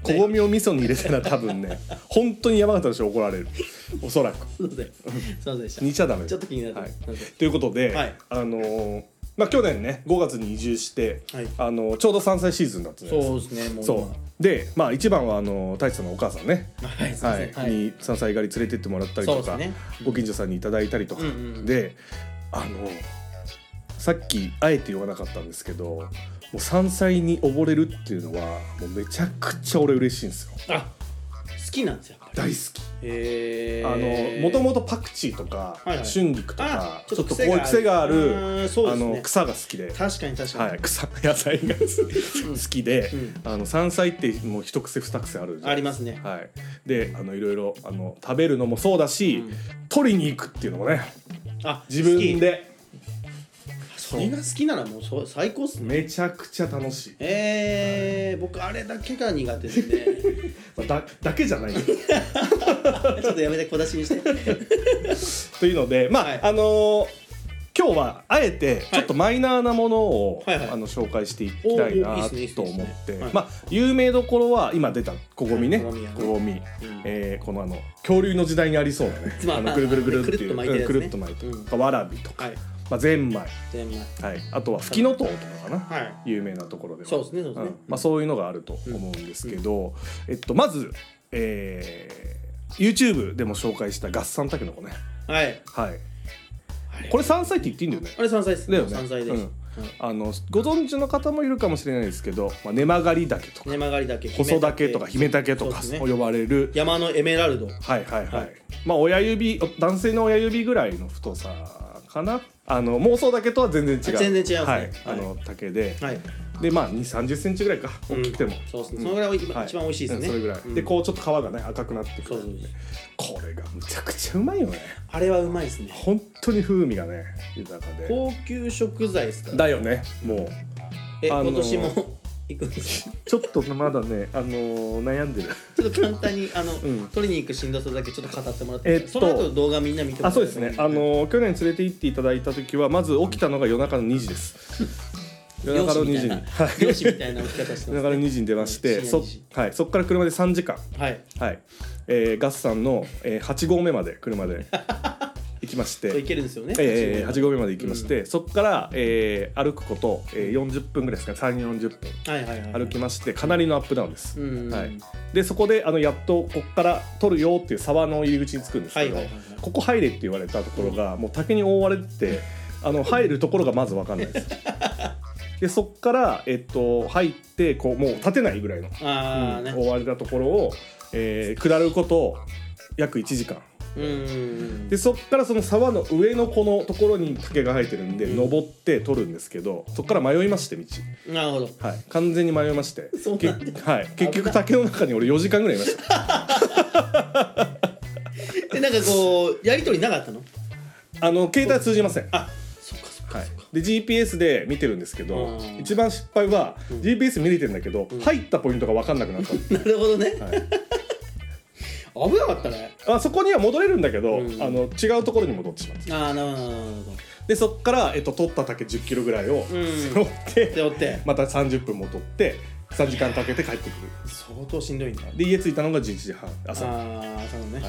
C: こごみを味噌に入れたら多分ね本当に山形の人怒られるおそらく
D: すいませんすいませんでし
C: 煮ちゃダメ
D: たちょっと気になる、
C: はい
D: すいません
C: ということで、
D: はい
C: あのーまあ去年ね5月に移住して、
D: はい
C: あのーちょうど山菜シーズンだったじゃないです
D: そうですねもう
C: かそうでまあ一番はあのー太一さんのお母さんね
D: 今はいすいま
C: は
D: せ
C: い
D: ん、はい、
C: に山菜狩り連れてってもらったり
D: そう
C: と
D: です
C: か、
D: ね
C: ご近所さんにいただいたりとか、
D: うんうんうん
C: であのーさっきあえて言わなかったんですけどもう山菜に溺れるっていうのはもうめちゃくちゃ俺嬉しいんですよ
D: あ好きなんですよやっぱり
C: 大好き
D: へえ
C: あのもともとパクチーとか、
D: はいはい
C: 春菊と
D: あ
C: か
D: ち
C: ち
D: ょ
C: ょ
D: っ
C: っ
D: と
C: と
D: 癖
C: こ
D: がある
C: う癖がある
D: うーんそうで
C: あ
D: すね
C: の草が好きで、
D: 確かに確かに、
C: はい、草野菜が好き好きで、
D: うん
C: あの山菜ってもう一癖二癖あるじゃん
D: ありますね
C: はい、であのいろいろあの食べるのもそうだし、
D: うん
C: 取りに行くっていうのもね
D: あ
C: 自分
D: 好
C: で
D: きそれが好きならもうそう最高っすね
C: めちゃくちゃ楽しい、
D: えー、僕あれだけが苦手ですね
C: まあ、だだけじゃないよ
D: ちょっとやめて小出しにして
C: というのでまあ、
D: はい
C: あのー今日はあえてちょっとマイナーなものを、
D: はいはいはい
C: あの紹介していきたい
D: おーいい
C: な
D: っすねいいっす
C: と
D: ねいいっす
C: 思
D: ね
C: って、
D: はい
C: まあ有名どころは今出たこごみね、
D: はいこ
C: こ
D: ごみやね
C: ごみ、えーこのあの恐竜の時代にありそうなね、
D: まあ
C: あのぐるぐるぐるっていう
D: まあまあ
C: うん
D: く
C: く
D: る
C: る
D: っ
C: っ
D: と
C: と
D: 巻い
C: 巻い
D: てる
C: て
D: やつね
C: るとかわらびとか、
D: はい
C: まあ、ゼンマイ、
D: 全部
C: はい、あとはフキノトウとかかな、
D: はい
C: 有名なところでは
D: そうですねそうですね
C: んまあ、そういうのがあると思うんですけど、えっと、まず、えー YouTube でも紹介した合算たけのこね、
D: はい
C: はい、
D: あれ
C: これ山菜って言っていいんだよね
D: あれ山菜です
C: だよね
D: 山菜です、
C: うん
D: はい
C: あのご存知の方もいるかもしれないですけど、まあ、根曲がりだけとか
D: 根曲がりだけ
C: 細だけとか姫だけと
D: そう
C: か
D: ですね
C: 呼ばれる、
D: 山のエメラルド
C: はいはいはい、
D: はい
C: まあ親指男性の親指ぐらいの太さかなあの妄想だけとは全然違う
D: 全然違いますね
C: はい
D: はい
C: あの竹で、
D: はい
C: でまあ2 3 0センチぐらいか大きくても、
D: そうですねそのぐらいが一番,、
C: はい
D: 一番美味しいですね、
C: うんそれぐらい、
D: うん
C: でこうちょっと皮がね赤くなってく
D: そう
C: る
D: そうんそう
C: でこれがむちゃくちゃうまいよね
D: あれはうまいですね
C: 本当に風味がね豊かで
D: 高級食材ですから
C: だよねもう
D: え、
C: あのー
D: 今年も 行くんですか
C: ちょっとまだねあのー悩んでる
D: ちょっと簡単にあの、
C: ん
D: 取りに行くしんどさだけちょっと語ってもらって、
C: えっと
D: その後動画みんな見てもら
C: あ
D: って
C: そうですねあのー去年連れて行っていただいた時はまず起きたのが夜中の2時です 夜
D: 漁
C: 中
D: 師
C: の
D: み
C: 2
D: たいな
C: 時にはい
D: 漁師みたいな起き方して
C: 夜
D: ます
C: 中の
D: ね
C: 2時に出まして
D: 深夜
C: そ
D: 2時,、
C: はい、そこから車で3時間
D: はい
C: はい、えー、ガスさんの、えー、8合目まで車で行きまし
D: そう
C: て
D: いけるんですよね。
C: えー、8合目まで行きまして、そこから、えー歩くこと、えー40分ぐらいですかね3 4 0分
D: はいはいはい。
C: 歩きましてかなりのアップダウンです、
D: うん。
C: は
D: はいい
C: でそこであのやっとこっから取るよっていう沢の入り口に着くんです
D: は
C: け
D: い
C: ど、
D: はいはい。
C: ここ入れって言われたところがもう竹に覆われててあの入るところがまず分かんない ですでそっから、えっと、入ってこうもう立てないぐらいの、
D: ああね。
C: 覆われたところを、えー下ること約1時間
D: うん。
C: でそっからその沢の上のこのところに竹が生えてるんで、
D: うん
C: 登って取るんですけどそっから迷いまして道、
D: なるほど。
C: はい、完全に迷いまして
D: そう
C: け
D: なんだ
C: はい、結局竹の中に俺4時間ぐらいいました
D: でなんかこうやりとりなかったの？
C: あの携帯通じません
D: あ、そっかそっか
C: はい
D: そっか。、
C: で GPS で見てるんですけ
D: う
C: ど
D: ん
C: 一番失敗は
D: うん
C: GPS 見れてんだけど、
D: うん
C: 入ったポイントが分かんなくなった、
D: なるほどね。
C: はい、
D: 危なかったね。
C: あそこには戻れるんだけど、
D: うん
C: あの違うところに戻ってしまう
D: ああなるほどなるほど。
C: でそっから、えっと、取った竹1 0キロぐらいを
D: ん
C: 背負って、
D: で追って
C: また30分も取って3時間かけて帰ってくる
D: 相当しんどいんだ。
C: で家着いたのが11時半
D: あ
C: 朝
D: あそうね。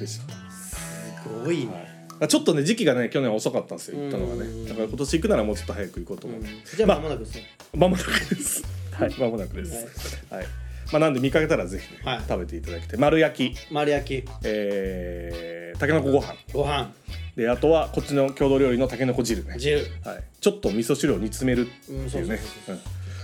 C: でした、はい
D: すごいね。
C: ちょっとね時期がね去年遅かったんですよ行ったのが
D: うん
C: ねだから今年行くならもうちょっと早く行こうと
D: う
C: 思って、
D: んじゃあ
C: ま
D: ま
C: あ
D: もなくですね。
C: まもなくです。はい、まもなくです。はい。まあ、なんで見かけたらぜひね、
D: はい
C: 食べていただきて、丸焼き、
D: 丸焼き
C: えー、たけのこご飯。
D: ご飯
C: で、あとはこっちの郷土料理のたけのこ汁ね。
D: 汁。
C: はい。ちょっと味噌汁を煮詰めるって
D: うんそ
C: いうう
D: そう
C: ね
D: そ
C: うん
D: う。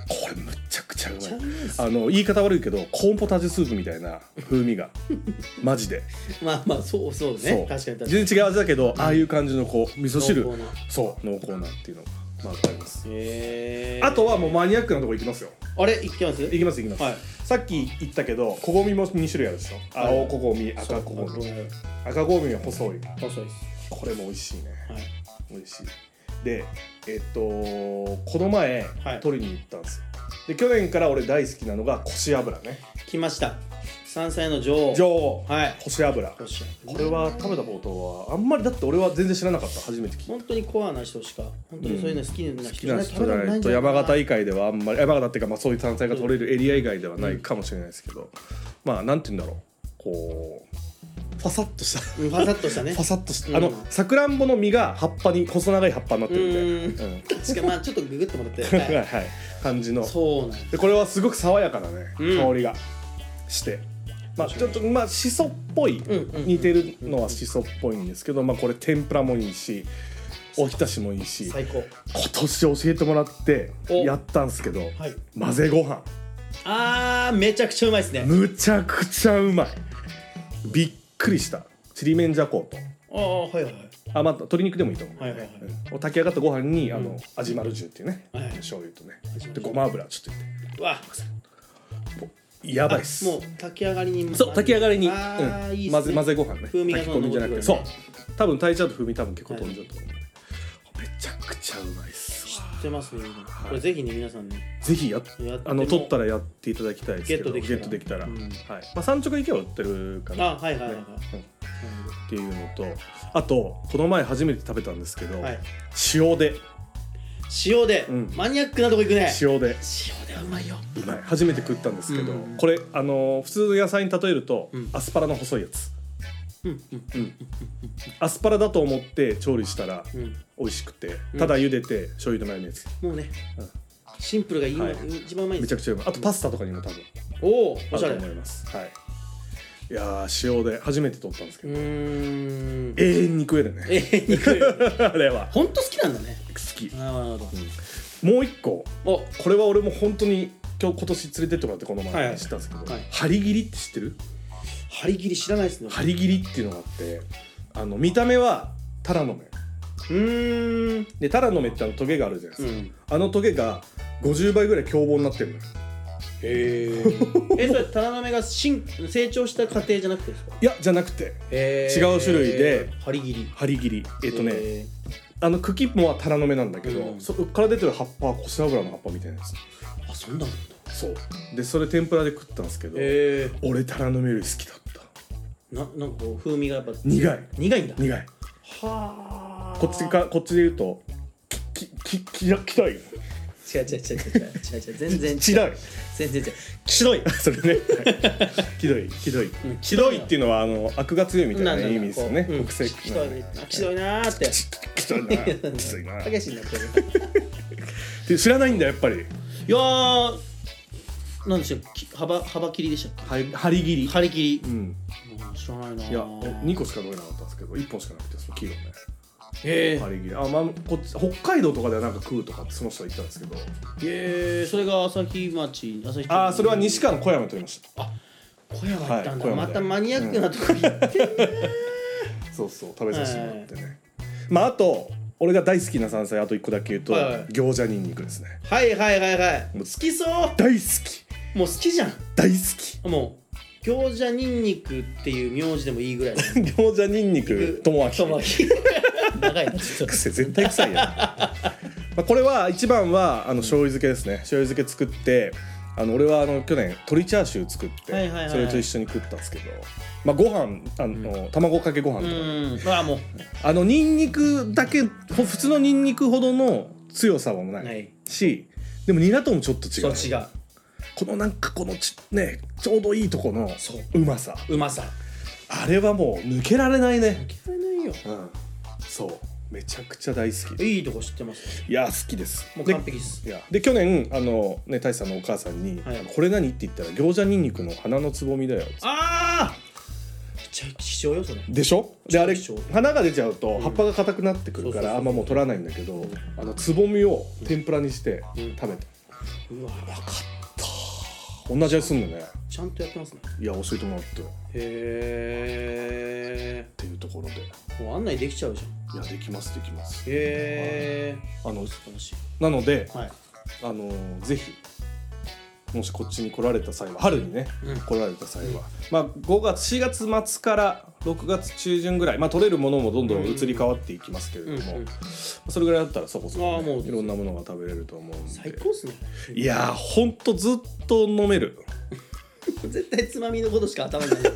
C: これむちゃくちゃう
D: そう。めっちゃう
C: まい。
D: まいっす
C: あの言い方悪いけどコーンポタージュスープみたいな風味が マジで、
D: まあまあそうそう
C: そう
D: ね。確かに確かに。
C: 全然違う味だけど、ああいう感じのこう味噌汁
D: 濃厚な
C: そう濃厚なっていうのがまああります、
D: へー
C: あとはもうマニアックなとこ行きますよ
D: あれいきます
C: いきますいきます、
D: はい
C: さっき言ったけどこごみも2種類あるでしょ
D: はい
C: 青こごみ赤こご
D: 細い
C: み
D: です
C: 赤こごみは細いな
D: 細いです
C: これも美味しいね
D: はい
C: 美味しいでえっとこの前、
D: はい
C: 取りに行ったんですよで去年から俺大好きなのがこし油ね
D: 来ました山菜の女王
C: 女王
D: はい
C: こし油こ
D: よし
C: れは食べたことはあんまりだって俺は全然知らなかった初めて聞いた
D: 本当にコアな人しか本当にそういうの好きな
C: 好き
D: 人
C: な
D: ね
C: 人じゃ
D: 食べたこ
C: ない
D: ん
C: と
D: じゃな
C: 山
D: いかな
C: 形以外ではあんまり山形っていうかまあそういう山菜が取れるエリア以外ではないかもしれないですけど、まあなんて言うんだろうこうファサッとした
D: うんパサッとしたね
C: パサッとした、
D: うん
C: あのさくらんぼの実が葉っぱに細長い葉っぱになってるみたいな
D: う確かまあちょっとググってもらって
C: うん は
D: はい
C: はい感じの
D: いそうなんです
C: でこれはすごく爽やかなね、
D: うん
C: 香りがして、まあ、ちょっとまあしそっぽい、
D: うんうん
C: 似てるのはしそっぽいんですけど、まあ、これ天ぷらもいいしおひたしもいいし
D: 最高
C: 今年教えてもらって
D: お
C: やったんですけど、
D: はい
C: 混ぜご飯
D: あーめちゃくちゃうまいですね
C: むちゃくちゃうまいびっくりしたちりめんじゃこと
D: ああはいはい
C: あまあ炊き肉でもいいと思う、
D: はいはいはい
C: うん炊き上がったご飯にあ
D: うん
C: の味丸重っていうね、
D: はい
C: 醤油とね
D: 味丸
C: でごま油ちょっと
D: うわ
C: 入れてやばいっ
D: も
C: す
D: う炊き上がりに
C: そう炊き上がりに、
D: あー
C: うん
D: いいっすね
C: 混ぜ混ぜご飯ね
D: 風味が
C: 炊き込みじゃなく
D: どんど
C: て、
D: ん
C: そ
D: ど
C: うん
D: どん
C: 多分炊いちゃうと風味多分結構飛んじゃうと思う、めちゃくちゃうまいっすわ
D: 知ってますねこれぜひね皆さんね
C: ぜひやっ
D: やっても
C: あの取ったらやっていただきたいですけど
D: ゲ
C: ゲ
D: ッ
C: ッ
D: ト
C: ト
D: で
C: で
D: き
C: き
D: た
C: た
D: ら
C: ら、
D: うん
C: はいまあ、産直池は売ってるかな
D: あはいはいはいはい
C: うんっていうのとあとこの前初めて食べたんですけど、
D: はい
C: 塩で
D: 塩で
C: うん
D: マニアックなとこ行くね
C: 塩で
D: 塩ではうまいよ
C: うまい初めて食ったんですけど、
D: うん
C: これあのー普通の野菜に例えると、
D: うん
C: アスパラの細いやつ
D: うんうん
C: アスパラだと思って調理したら
D: うん
C: 美味しくて
D: うん
C: ただ茹でて醤油とマヨネーズ
D: もうね
C: うん
D: シンプルがいいの
C: はい
D: 一番うまいん
C: め
D: で
C: ち
D: す
C: ゃ
D: よ
C: くちゃうまいあとパスタとかにも多分
D: おお
C: あ
D: お
C: る
D: し
C: と
D: ゃれ
C: 思いますはいいやー塩で初めて取ったんですけ
D: う
C: ど、
D: ーん
C: 永遠に食えるね
D: えー肉
C: あれは
D: ほんと好きなんだね
C: 好き
D: なるほどなるほ
C: もう一個
D: どお
C: これは俺も本当に今日今年連れてってもらってこの
D: はいは
C: 前
D: い
C: 知ったんですけど、
D: はい
C: 張り切りって知ってる
D: 張り切り知らないですね
C: 張り切りっていうのがあってあの見た目はタラの芽
D: うーん
C: でタラの芽ってあのトゲがあるじゃないです
D: う
C: か、
D: ん
C: あのトゲが50倍ぐらい凶暴になってるのよ
D: へーえそれタラの芽が進成長した過程じゃなくてですか
C: いやじゃなくて
D: へ
C: ー違う種類で
D: 張り切り
C: 張り切りえっとね、
D: へ
C: あの茎もはタラの芽なんだけど、
D: うん
C: そこから出てる葉っぱはコシ油の葉っぱみたいなやつ
D: ーあそんなんだ
C: そうでそれ天ぷらで食ったんですけど、
D: へ
C: 俺タラの芽より好きだった
D: えななんかこう風味がやっぱ
C: 苦い
D: 苦いんだ
C: 苦い
D: はあ
C: こっちかこっちで言うときききききたい
D: 違う違う違う違う違う違う全然違う
C: ひど い
D: 全然違う
C: ひどいそれねはいひどいひどい
D: うん
C: ひどいっていうのはあの悪が強いみたいなね意味ですよね
D: こううん
C: 国籍
D: ひどいねひどいなー って
C: きついなきついな
D: 激しいなこれ
C: で知らないんだやっぱり
D: いやーなんでしょうき幅幅切りでしたっ
C: は張り切
D: け
C: り
D: 張り切
C: う
D: り
C: ん
D: うん知らないない
C: いや2個しか飲めなかったんですけど1本しかなくてその黄色ね
D: え
C: 張り切りあまあこっち北海道とかではなんか食うとかってその人は言ったんですけど
D: ー、えー、それが朝日町朝日町
C: ああそれは西川の小山と言いました
D: 小山行ったんだ、
C: はい小山
D: ま
C: で
D: たマニアックなとこ行ってんね
C: そうそう食べさせてもらってね、まああと俺が大好きな山菜あと1個だけ言うと、
D: はいはい
C: 餃子にんにくですね
D: はいはいはいはい
C: も
D: 好
C: う
D: きそう
C: 大好き
D: もう好きじゃん
C: 大好き
D: もう餃子にんにくっていう名字でもいいぐらいだ
C: 餃子にんにく 友明
D: 友明 長いなちょっと
C: 癖絶対臭いやんまあこれは一番はあの醤油漬けですね醤油漬け作ってあの俺はあの去年鶏チャーシュー作って、
D: はいはいはい
C: それと一緒に食ったんですけど、まあ、ご飯あの、卵かけご飯
D: うん
C: とか、
D: まあも
C: あのニンニクだけほ普通のニンニクほどの強さはな
D: う
C: い、
D: ない
C: しでもニラともちょっと違
D: そう
C: う
D: 違う
C: このなんかこのちねちょうどいいとこの
D: そう
C: うまさ
D: うまさ
C: あれはもう抜けられないね、
D: 嫌いないよ
C: うん、そうめちゃくちゃ大好き
D: いいとこ知ってます
C: いや好きです
D: もう
C: で
D: 完璧っす
C: いやで去年あのね大志さんのお母さんに「
D: はい
C: これ何?」って言ったら「餃子にんにくの花のつぼみだよ」
D: ああめっちゃ貴重よそれ
C: でしょであれ
D: そうでしょ
C: 花が出ちゃうと
D: ん
C: 葉っぱが硬くなってくるか
D: そうそうそう
C: らあんまもう取らないんだけどあのつぼみを天ぷらにして
D: うん
C: 食べた
D: うわ
C: 同じ味すんのね
D: ちゃんとやってますね
C: いや教えてもらってっ
D: へ
C: ていうところでい
D: えもう案内できちゃうじゃん
C: やできますできます
D: へえ
C: あの
D: 楽しい
C: なので
D: はい
C: あのぜひもしこっちに来られた際は春にね、
D: うん
C: 来られた際は、まあ、5月4月末から6月中旬ぐらい、まあ、取れるものもどんどん移り変わっていきますけれども、
D: うんうん
C: それぐらいだったらそこそ
D: あ
C: こ
D: あ
C: ね、
D: もう
C: いろんなものが食べれると思うんで
D: 最高っすね
C: いやーほんとずっと飲める
D: 絶対つまみのことしか頭にない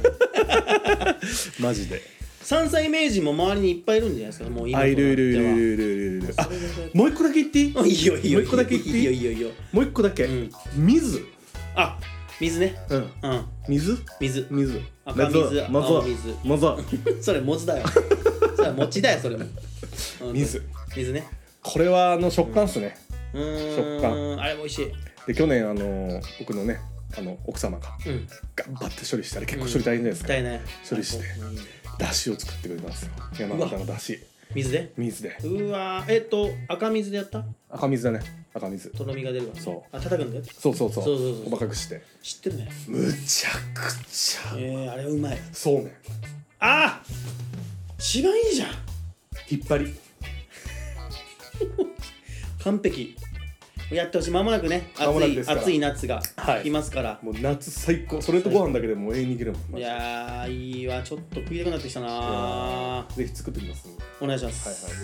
C: マジで
D: 山菜名人も周りにいっぱいいるんじゃないですかもう今
C: あいるいるいるいるいるいるいるあもう一個だけ言っていい
D: あいいよいいよ
C: もう一個だけ言っていい
D: いいよいいよいいよ
C: もう一個だけ、
D: うん
C: 水、
D: あ水ね
C: うん、
D: うん
C: 水
D: 水
C: 水
D: 赤水
C: まずは
D: 青水
C: まずは
D: それ餅だよそれ餅だよそれもうん
C: 水
D: 水ね
C: これはあの食感っすね、
D: うーん
C: 食感
D: あれ美味しい
C: で去年あの僕のねあの奥様が
D: うん
C: 頑張って処理したら結構処理大変じゃないですか、
D: 痛いね
C: 処理して
D: うん
C: だしを作ってくれたんですよ山形のだし
D: 水で
C: 水で
D: うわーえっと赤水でやった
C: 赤水だね赤水
D: とろみが出るわ
C: そう
D: あ叩くんだよ
C: そうそうそう
D: そうそうそう
C: 細かくして
D: 知ってるね
C: むちゃくちゃ、
D: えー、あれうまい
C: そうめん
D: あ一番いいじゃん
C: 引っ張り
D: 完璧やってほしいまもなくね暑
C: 間もなく
D: い
C: ですから
D: 暑い夏が
C: はい
D: 来ますから、
C: もう夏最高それとご飯だけでもう永遠にいけるもんマ
D: い、
C: ジで
D: やーいいわちょっと食いたくなってきたなー
C: ぜひ作ってみますはい
D: お願いしま
C: はい
D: す、
C: ぜ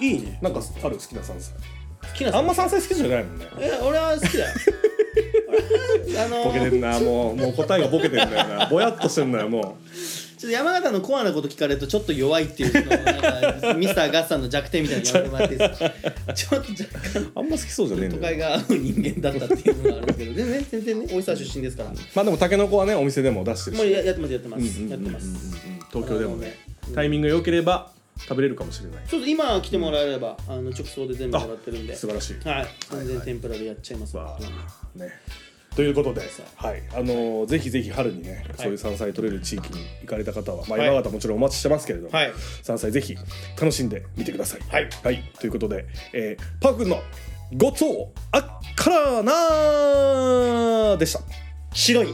D: い、いね
C: ひなんかある好きな山菜
D: 好きな
C: あんま山菜好きじゃないもんね
D: いや俺は好きだ よ俺はあの
C: ボケて
D: ー、
C: んなもうもう答えがボケてんだよなぼやっとしてんだよも
D: ちょっと山形のコアなこと聞かれるとちょっと弱いっていうのをなんかミスターガッサンの弱点みたいに言われてもらっていいですかちょっと若 干
C: うあんま好きそうじゃねえんだ
D: 都
C: よな
D: 会が合う人間だったっていうのがあるんですけど全然全然ね大井沢出身ですからも
C: まあでもタケノコはねお店でも出してる
D: う
C: し
D: ややってますやってま
C: うんう
D: す
C: んうん
D: や
C: う
D: っ
C: んう
D: て
C: ん
D: ます
C: 東京でもね
D: あの
C: タイミングが良ければ食べれるかもしれない
D: ちょっと今来てもらえればあの直送で全部もらってるんで
C: 素晴らしい
D: はい全然天ぷらでやっちゃいます
C: わ
D: わ
C: あねということで、はいあのーぜひぜひ春にね、そういう山菜取れる地域に行かれた方は、まあ、
D: はい
C: 山形もちろんお待ちしてますけれども、
D: はい
C: 山菜ぜひ楽しんでみてください。
D: はい
C: ということで、えー、パー君のごちそうあっからなーでした。
D: 白い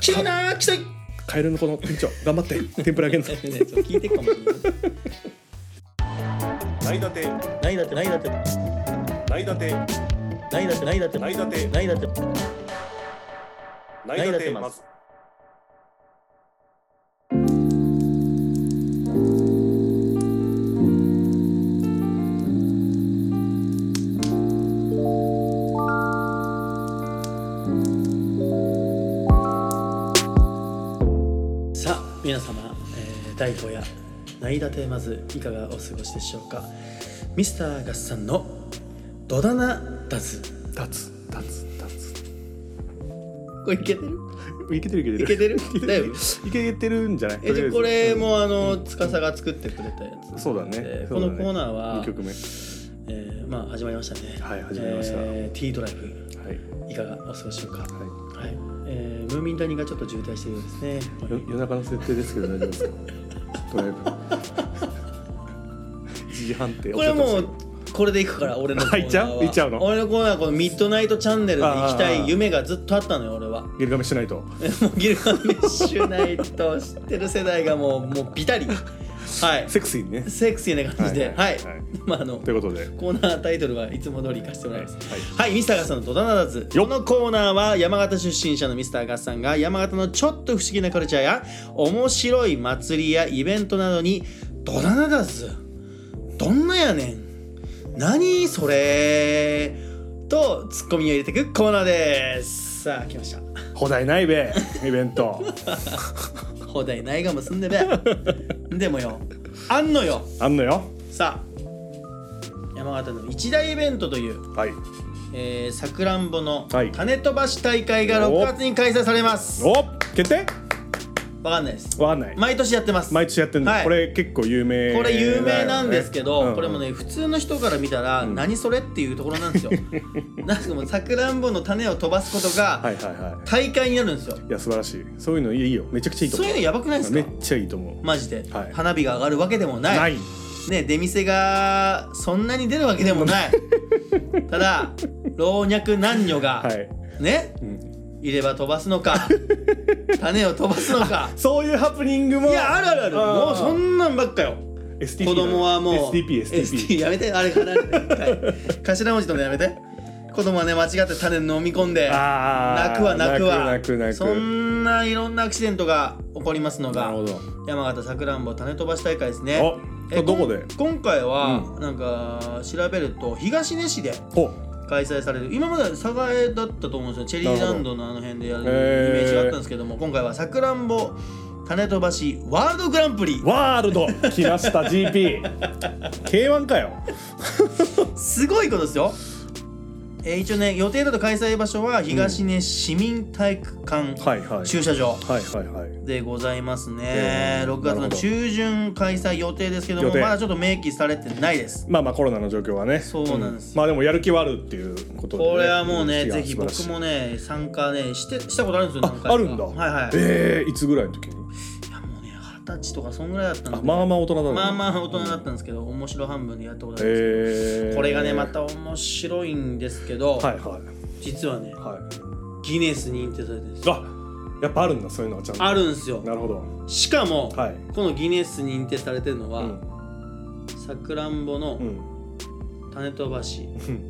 D: 白いなー 白いね
C: カエルのこの店長頑張って天ぷらあげん
D: ちょ
C: ぞ。
D: っと聞いてるかもしれない
A: ないだて
B: ないだってないだってな
A: ないだて
B: いだってないだって
A: ないだて
B: ないだって
A: ないだ
B: だて
A: て
B: ま
A: ますす
D: さあ皆様、えー、第5夜「ないだてまず」いかがお過ごしでしょうかミスターガスさんの「ドダナダズ
A: 立つ立つ立つ
D: これいけてる
C: いけてるい
D: い
C: け
D: けて
C: てる
D: るだよ
C: いけてるんじゃない
D: えじゃあこ
C: とりえ
D: れ
C: ず
D: もあの司が作ってくれたやつ
C: そうだね
D: えー
C: そう
D: この
C: だね
D: コーナーは
C: 二、曲目は
D: えーまあ始まりましたね
C: はい始まりました
D: えー、T ドライブ
C: い
D: いかがお過ごしでしょうか
C: はい
D: はい、えー、ムーミン谷がちょっと渋滞してるようですね
C: よ夜中の設定ですけど大丈夫ですか ドライブ1時 半っておっ
D: こ
C: し
D: れ
C: ゃってま
D: も
C: した
D: うこれでいく から俺のコーナーは
C: あいっちゃういっちゃうの
D: 俺のコーナーはこのミッドナイトチャンネルで行きたい夢がずっとあったのよ俺は
C: ゲルガメしないと
D: もうギルガメッシュナイト知ってる世代がもうもうビタリはい
C: セクシーにね
D: セクシーな感じで
C: は
D: はいい、
C: はいはい
D: まああのコ
C: ということで
D: ーナータイトルはいつも通り行かせてもらいます
C: はい
D: はい、ミスターガッサンのドダナダズ
C: よ
D: このコーナーは山形出身者のミスターガッサンが山形のちょっと不思議なカルチャーや面白い祭りやイベントなどにドダナダズどんなやねん何それとツッコミを入れていくコーナーですさあ来ました
C: 放題な いべイベント
D: 放題ないがもすんでべでもよあんのよ
C: あんのよ
D: さあ山形の一大イベントという
C: はい
D: えー、さくらんぼの
C: はい
D: 種飛ばし大会が6月に開催されます、
C: お決定
D: わかんないです
C: わかんない
D: 毎年やってます
C: 毎年やってるの、
D: はい
C: これ結構有名だよね、
D: これ有名なんですけど、
C: うん
D: これもね普通の人から見たら、何それっていうところなん ですよなんかもうさくらんぼの種を飛ばすことが
C: はいはいはい
D: 大会になるんですよ、
C: いや素晴らしいそういうのいいよめちゃくちゃいいと
D: そう
C: 思う
D: いうのやばくないですか
C: めっちゃいいと思う
D: マジで、
C: はい
D: 花火が上がるわけでもない
C: ない
D: ね出店がそんなに出るわけでも ないただ老若男女が、
C: はい、
D: ね
C: うん、
D: いれば飛ばすの か種を飛ばすのか
C: そういうハプニングも
D: いやあるあるある
C: ー
D: もうそんなんばっかよ
C: STP
D: 子供はもう
C: STP STP
D: やめてあれ離れて一回頭文字ともやめて子供はね間違って種飲み込んで
C: あー
D: 泣くは泣くは
C: 泣く泣く泣く
D: そんないろんなアクシデントが起こりますの
C: なる
D: が
C: ほど
D: 山形さくらんぼ種飛ばし大会ですね
C: お
D: え
C: どこで
D: こん今回は、なんか調べると東根市で
C: ほ
D: 開催される今までは佐賀江だったと思うんですよチェリーランドのあの辺でやるイ
C: な
D: メ
C: るほどへー
D: ージがあったんですけども、今回はさくらんぼ種飛ばしワールドグランプリ
C: ワールド来ました GP K1 かよ
D: すごいことですよ、えー一応ね予定だと開催場所は東根市民体育館
C: はいはい
D: 駐車場
C: はいはいはい
D: でございますね、
C: へー
D: 6月
C: なるほ
D: の
C: ど
D: 中旬開催予定ですけど
C: 予
D: も
C: 定
D: まだちょっと明記されてないです
C: まあまあコロナの状況はね
D: そうなんですよ
C: まあでもやる気はあるっていうことでね、
D: これはもうね、
C: いや
D: ぜひ僕
C: 素晴らしい
D: もね参加ねしてしたことあるんですよ何回
C: あ
D: か
C: あるんだ
D: はいはい、
C: ええいつぐらいの時に
D: いやもうね二十歳とかそんぐらいだったんで
C: あまあまあ大人だね
D: まあまあ大人だったんですけど面白半分でやったことあるんです
C: ええ
D: これがねまた面白いんですけど、
C: はいはい
D: 実はね
C: はい
D: ギネス認定されてるんですよ
C: あやっぱあるんだそういうのはちゃんと
D: あるんですよ
C: なるほど
D: しかも、
C: はい
D: このギネス認定されてるの
C: う
D: は
C: ん
D: さくらんぼの
C: うん
D: 種飛ばし、
C: うん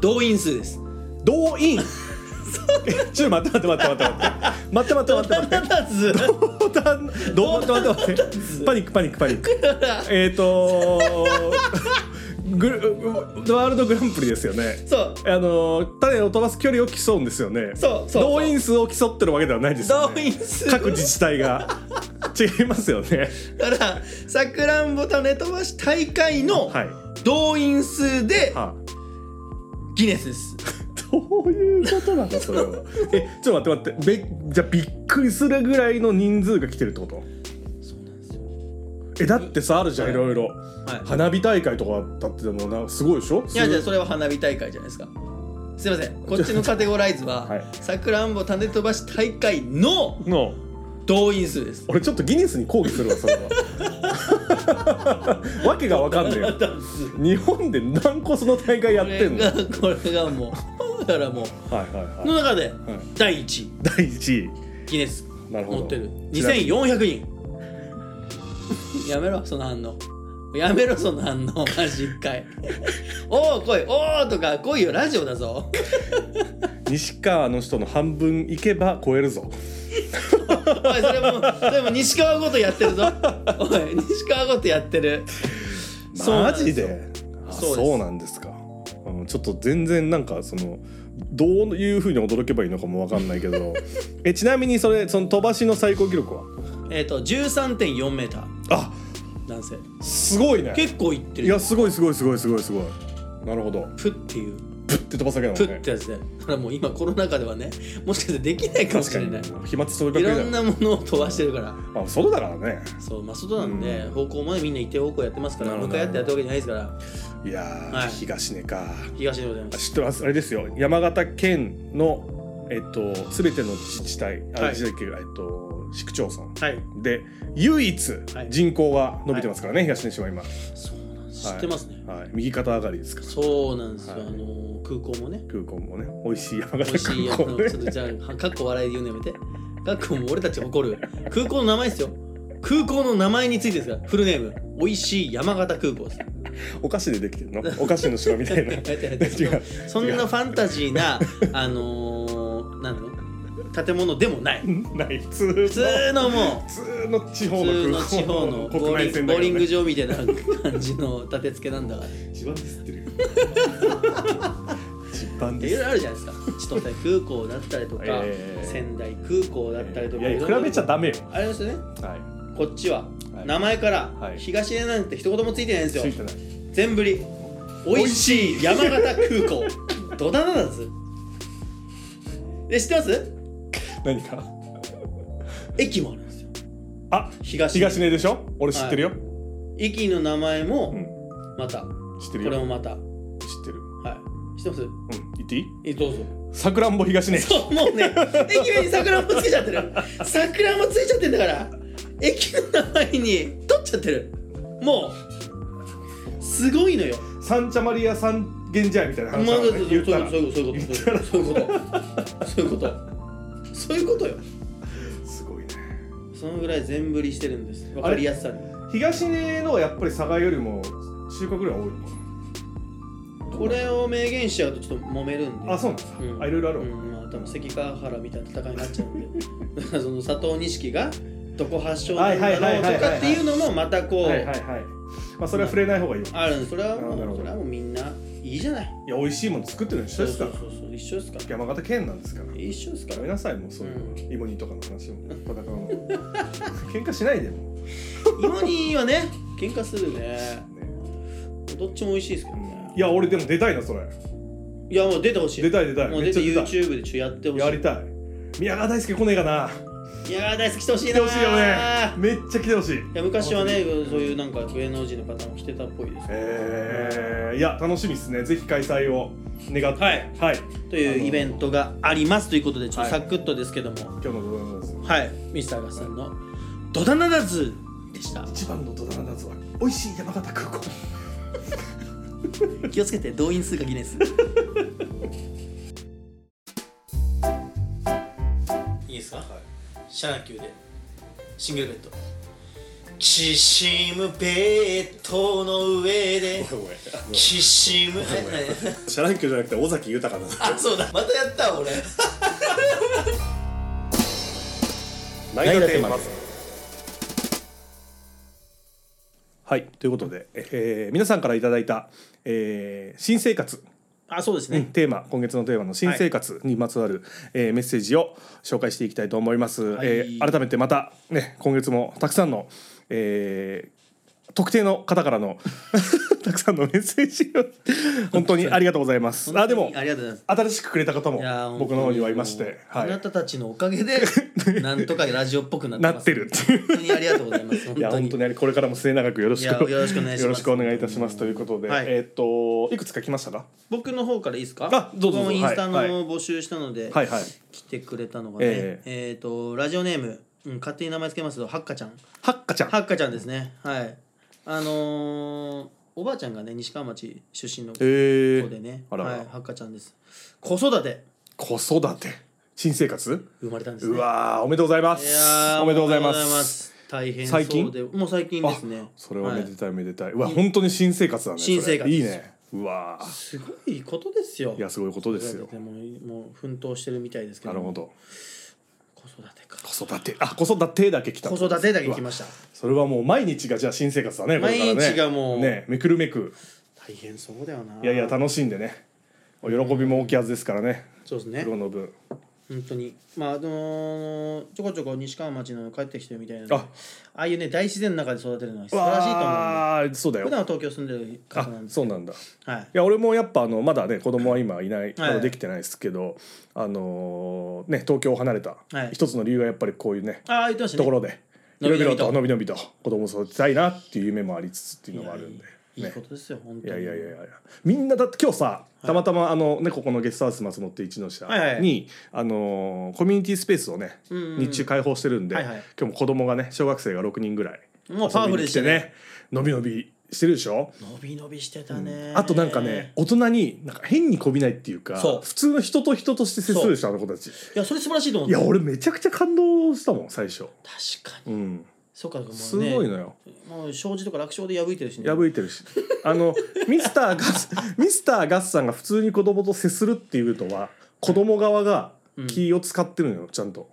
D: 動員数 です
C: 動員えちょっと待って待って待って待って待って待って待って待って
D: 数
C: ボタンどう待って待っ て待ってパニックパニックパニックえっとグルワールドグランプリですよね
D: そう
C: あの種を飛ばす距離を競うんですよね
D: そうそう
C: 動員数を競ってるわけではないですよ、ね、
D: 動員 数
C: 各自治体が違いますよね
D: だからさくらんぼ種飛ばし大会の
C: はい
D: 動員数で
C: はあ
D: ギネスです、
C: どういうことなのそれはえちょっと待って待ってべじゃあびっくりするぐらいの人数が来てるってこと
D: そうなんですよ
C: えだってさあるじゃんいろいろ
D: はい
C: 花火大会とかだってでもなすごいでしょ
D: いやじゃあそれは花火大会じゃないですかすいませんこっちのカテゴライズは
C: はい
D: さくらんぼ種飛ばし大会の
C: の
D: 動員数です
C: 俺ちょっとギネスに抗議するわ それはわけがわかんねえよ日本で何個その大会やってんの
D: これがこれがもうだからも
C: はいは
D: う
C: い
D: の
C: はい
D: 中で第1位
C: 第1位
D: ギネス
C: なるほど
D: 持ってる
C: ちなみに
D: 2400人やめろその反応やめろその反応マジ一回おお来いおおとか来いよラジオだぞ
C: 西川の人の半分いけば超えるぞ
D: おいそれもそれも西川ごとやってるぞおい西川ごとやってるそうな
C: マ
D: ん
C: ジ
D: ですよ
C: であ
D: そうです
C: そうなんですか、うん、ちょっと全然なんかそのどういうふうに驚けばいいのかもわかんないけど えちなみにそれその飛ばしの最高記録は
D: えっ、と13.4メーター
C: あ
D: 男性
C: すごいね
D: 結構いって
C: い
D: るよ
C: やすごいすごいすごいすごいすごいなるほど
D: プっていう
C: プッて飛ばすだけだ
D: プ
C: もん
D: っ
C: ね
D: てやつでだからもう今コロナ禍ではねもしかしてできないかもし
C: 確か
D: れない
C: に飛沫飛び
D: い
C: まく
D: ろ
C: り
D: ん
C: だよ
D: なものを飛ばしてるから
C: まあ外だからね
D: そうまあ外なんで、方向もねみんな一定方向やってますから
C: なるほ
D: 向
C: ど
D: かい合ってやったわけじゃないですから
C: いや
D: は
C: ー
D: い
C: 東根か
D: 東でございま
C: あ
D: す
C: 知ってますあれですよ山形県のえっとすべての自治体
D: は
C: あ
D: い
C: 自治体っていうかえっと市区町村
D: はい
C: で唯一
D: はい
C: 人口が伸びてますからね、東根市は今、
D: そうなんです、
C: はい
D: 知ってますね
C: はい、右肩上がりですから
D: そうなんですよ、
C: はい
D: あの空港もね
C: 空港もね美味しい山
D: 美味
C: 形
D: しいやつ
C: 空港
D: の
C: ね
D: ちょっとじゃあかっこ笑いで言うのやめてかっこもう俺たち誇る空港の名前ですよ空港の名前についてですからフルネーム美味しい山形空港です
C: お菓子でできてるのお菓子の城 みたいな 違う
D: そん
C: 違
D: な
C: う
D: ファンタジーなあのー、なんだろう建物でも ない
C: ない普通の普
D: 普通のもう
C: 通の地
D: 普
C: 方
D: 通
C: の
D: の地
C: 空
D: 方
C: 港
D: のボ
C: の国
D: ーリ
C: 内
D: ン
C: 線
D: ボー
C: だけ
D: リング
C: ど、ね、
D: 場みたいな感じの立て付けなんだからい
C: 一番ですってる よ一番
D: ろい
C: です
D: ろあるじゃないですか千歳空港だったりとか、
C: ええ
D: 仙台空港だったりと
C: い
D: か、
C: やい
D: ろ
C: や
D: いろ
C: 比べちゃダメよ
D: あれですよね
C: は
D: こっちは、
C: はい
D: 名前から、
C: はい
D: 東根なんて一言もついてないんです
C: いつ
D: よ
C: いてない
D: 全ぶりおいしい山形空港 どだなだずえ知ってます
C: 何か
D: 駅もあるんですよ
C: あ
D: 東
C: 東根でしょ俺知ってるよ、
D: 駅の名前
C: う
D: も
C: ん
D: また、
C: 知ってる
D: これ
C: よ
D: もまたは
C: 知ってる
D: い知ってます
C: うん言っていい
D: えどうぞ
C: さくらんぼ東根
D: そうもうね駅名に桜もつけちゃってる桜もついちゃってんだから駅の名前に取っちゃってるもうすごいのよ
C: サンチャマリア三軒茶屋みたいな
D: まあ
C: 話だ
D: そう
C: から
D: そう
C: ね
D: そう
C: 言
D: いう
C: っ
D: こ
C: たら
D: とそういうことそういうことそういうことそういうことそういうことよ
C: すごいね
D: そのぐらい全振りしてるんですわかりやすさに
C: 東根のはやっぱり佐賀よりも収穫量が多いのか
D: これを明言しちゃうとちょっと揉めるんで
C: なあそうなんですか、あいろいろあるわ、
D: うんまあ多分関ヶ原みたいな戦いになっちゃうんで だからその佐藤錦がどこ発祥なんだろうとかっていうのもまたこう、
C: はいはいはいまあそれは触れない方がいいわ
D: あるそれは
C: あなる
D: もう
C: ほど
D: それはもうみんないいじゃない
C: いや美味しいもの作ってるの一緒ですから
D: そうそうそう一緒ですから
C: 山形県なんですからや
D: 一緒ですか
C: め
D: ら
C: なさいもうそういう芋煮とかの話も戦うの 喧嘩しないでも
D: 芋煮はね喧嘩するね
C: う、ね
D: どっちも美味しいですけど
C: うん
D: ね
C: いや俺でも出たいなそれ
D: いやもう出てほしい
C: 出たい出たい
D: もう
C: め
D: 出
C: っち
D: て
C: ゃ出たい
D: YouTube でちょやってほしい
C: やりたい宮川大輔来ねえかない
D: やー大好き来てほしい
C: 来
D: な
C: て
D: ー
C: ほしいよねめっちゃ来てほしい
D: いや昔はねそういうなんか芸能人の方も来てたっぽいです
C: えー、いや楽しみですねぜひ開催を願って
D: はい、
C: はい、
D: というイベントがありますということでちょっと
C: はい
D: サクッとですけども
C: 今日のドラマです
D: はい、ミスターガスさんの「ドダナダズ」でした
C: 一番のドラマダンスは美味しい山形空港
D: 気をつけて動員数がギネスいいですか、シャナキューでシングルベッドきしむベッドの上できしむ
A: シャランキューじゃなくて尾崎豊 だな
D: あそうだまたやったわ俺
A: 内田テーマ
C: はいということで、えー皆さんからいただいた、えー新生活
D: あそうですね、
C: テーマ今月のテーマの新生活にまつわる、えーメッセージを紹介していきたいと思います、
D: い
C: えー改めてまたね今月もたくさんの、えー特定の方からの たくさんのメッセージを本当にありがとうございますあでも
D: ありがとうございます
C: 新しくくれた方も
D: いやー
C: 僕の方にはいまし
D: 本
C: て、
D: 当にもう
C: は、
D: あないたたちのおかげ でなんとかラジオっぽくなって
C: な
D: ます
C: ってるっていう
D: 本当にありがとうございます本
C: いや
D: 当
C: 本
D: に
C: 当にあれこれからも末永くよろしく
D: いやよろしくお願いします
C: よろしくお願いいたしますということで、
D: はい
C: えーっといくつか来ましたか
D: 僕の方からいいですか
C: あどうぞど
D: この
C: うぞ
D: インスタの
C: はいはい
D: 募集したので、
C: はいはい
D: 来てくれたのがねえ
C: え
D: っ、とラジオネーム、うん、勝手に名前つけますとハッカちゃん
C: はっかちゃん
D: ハッカちゃんですねはいあのーおばあちゃんがね西川町出身の子
C: えー
D: でね、
C: あらあ
D: は
C: ら
D: い、ハッカちゃんです子育て
C: 子育て新生活
D: 生まれたんですね
C: うわーおめでとうございま
D: いや
C: す
D: ー
C: おめでとうございま
D: おめでとうございますす大変
C: 最
D: そ
C: 近
D: うでもう最近ですね
C: それはめで
D: い
C: たいめでたい、うわ本当に新生活だねそれ
D: 新生活
C: いいねうわー
D: すごいことですよ
C: いやすごいことですよ
D: 子育てもうもう奮闘してるみたいですけ
C: な
D: ど
C: るほど
D: 子育てか
C: 子育てあ子育てだけ来た
D: 子育てだけ来ま
C: し
D: した
C: それはもう毎日がじゃあ新生活だねこれからね
D: 毎日がもう
C: ねめくるめく
D: 大変そうだよない
C: いやいや楽しんでねお喜びも大きいはずですからね
D: そうですね
C: プロの分
D: 本当にまああのーちょこちょこ西川町の帰ってきてるみたいなので
C: あ
D: ああいうね大自然の中で育てるのは素晴らしいと思うんで
C: わあそうだ
D: 普
C: よ
D: 段は東京住んでる
C: あ
D: 方なんです
C: そうなんだい
D: はい
C: や俺もやっぱあのまだね子供は今いない、
D: はい
C: まだできてないですけどあのーね東京を離れた、
D: はい
C: 一つの理由がやっぱりこういうね
D: ああ言ってましたね
C: ところで
D: 伸び
C: 広
D: 伸びと
C: 々とのびのびと子供を育てたいなっていう夢もありつつっていうのもあるんで。
D: いやいいことですよ本
C: い
D: 当
C: や
D: に
C: いやいやいやみんなだって今日さたまたまあの、ね、ここのゲストハウス松本って一の社に、
D: はいはい
C: あのーコミュニティスペースをね、
D: うんうん
C: 日中開放してるんで、
D: はいはい
C: 今日も子供がね小学生が6人ぐらい
D: もうパワフルでしたね
C: 遊びに来てねのびのびしてるでしょ、
D: 伸び伸びしてたね、
C: あとなんかね大人になんか変にこびないっていうか
D: そう
C: 普通の人と人として接するでしょあの子たち
D: いやそれ素晴らしいと思っ
C: い
D: た
C: や俺めちゃくちゃ感動したもん最初、
D: 確かに
C: うん、
D: そうかもうね
C: すごいのよ、
D: もう障子とか楽勝で破いてるしね
C: 破いてるしあのミスターガ スミスターガスさんが普通に子供と接するっていうのは子供側が気を使ってるのよ、ちゃんと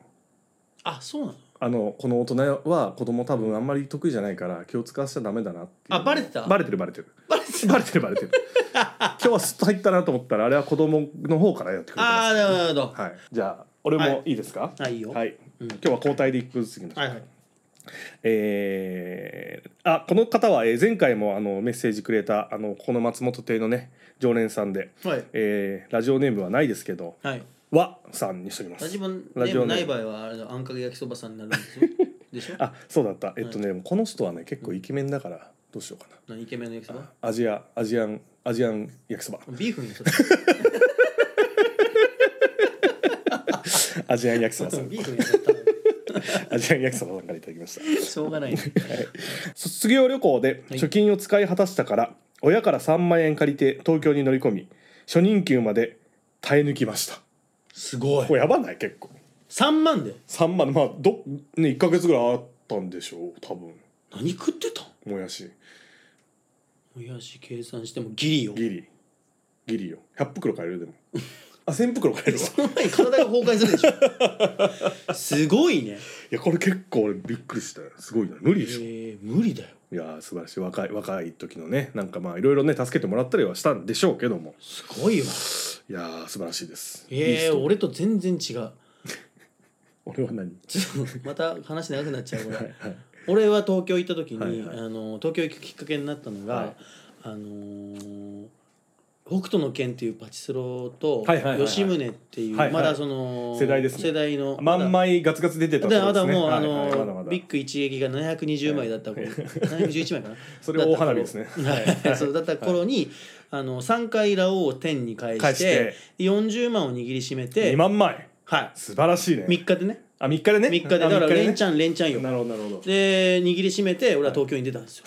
D: あそうなの
C: あのこの大人は子供多分あんまり得意じゃないから気を使わせちゃダメだなっていう
D: あバレてた
C: バレてるバレてる
D: バレて
C: バレてるバレ てる今日はスッと入ったなと思ったらあれは子供の方からやってくれ
D: あ
C: てま
D: あなるほどなるほど
C: すはいじゃあ俺
D: はい
C: もいいですか
D: あいいよ、
C: はいい、
D: うん
C: 今日は交代で1個ずついきましょう
D: はいはい
C: えーあこの方は、えー前回もあのメッセージくれたあのこの松本亭のね常連さんで、
D: はい
C: えーラジオネームはないですけど
D: はい
C: 和さんにしておきま
D: ラジ
C: す
D: オ
C: ラ
D: ネ
C: ジ
D: ー
C: オ
D: ムな
C: ネー
D: い
C: ム
D: 場合はあれだあんかけ焼きそばさんになるんですよでしょ
C: あそうだったえっとね、この人はね結構イケメンだからどうしようか
D: 何イケメンの焼きそば
C: なアジアアジアンアジアン焼きそば
D: ビーフにそれ
C: アジアン焼きそばさ ん
D: ビーフにやったら
C: アジアン焼きそばさんからいただきました
D: しょうがないね
C: 卒業旅行で
D: はい
C: 貯金を使い果たしたから、親から3万円借りて東京に乗り込み初任給まで耐え抜きました
D: すごい
C: これやばない結構
D: 3万で
C: 3万まあどね1か月ぐらいあったんでしょう多分
D: 何食ってたん
C: もやし
D: 親父計算してもギリよ
C: ギリギリよ100袋買え るでもあ1000袋買えるわ
D: その前に体が崩壊するでしょすごいね
C: いやこれ結構俺びっくりしたよすごいな無理でしょ、
D: えー、無理だよ
C: いやー素晴らしい若い若い時のねなんかまあいろいろね助けてもらったりはしたんでしょうけども
D: すごいわ
C: いやー素晴らしいですいい
D: え
C: 人
D: ー、俺と全然違う
C: 俺は何
D: ちょっと また話長くなっちゃうこれ
C: はいはい
D: 俺は東京行った時に、
C: はいはい
D: あの東京行くきっかけになったのが、
C: はい
D: あのー北斗の拳っていうパチスロと、
C: はいはいはいはい
D: 吉宗っていう、
C: はいはい
D: まだその
C: 世代ですね
D: 世代の
C: まん
D: ま
C: まいガツガツ出てた
D: だまだ
C: とこですね
D: もう、
C: はい
D: あの
C: はい
D: ー
C: まだまだ
D: ビッグ一撃が720枚だった頃、711枚かな
C: それ大花火ですね
D: だった頃はいそうだった頃に、あの3回ラオウを天に返して
C: 返して
D: 40万を握りしめて
C: 2万枚
D: は
C: 素晴らしいね
D: い、3日でね
C: あ3日でね
D: 3日でだから連チャン連チャンよ
C: なるほどなるほど
D: で握りしめて俺は東京に出たんですよ、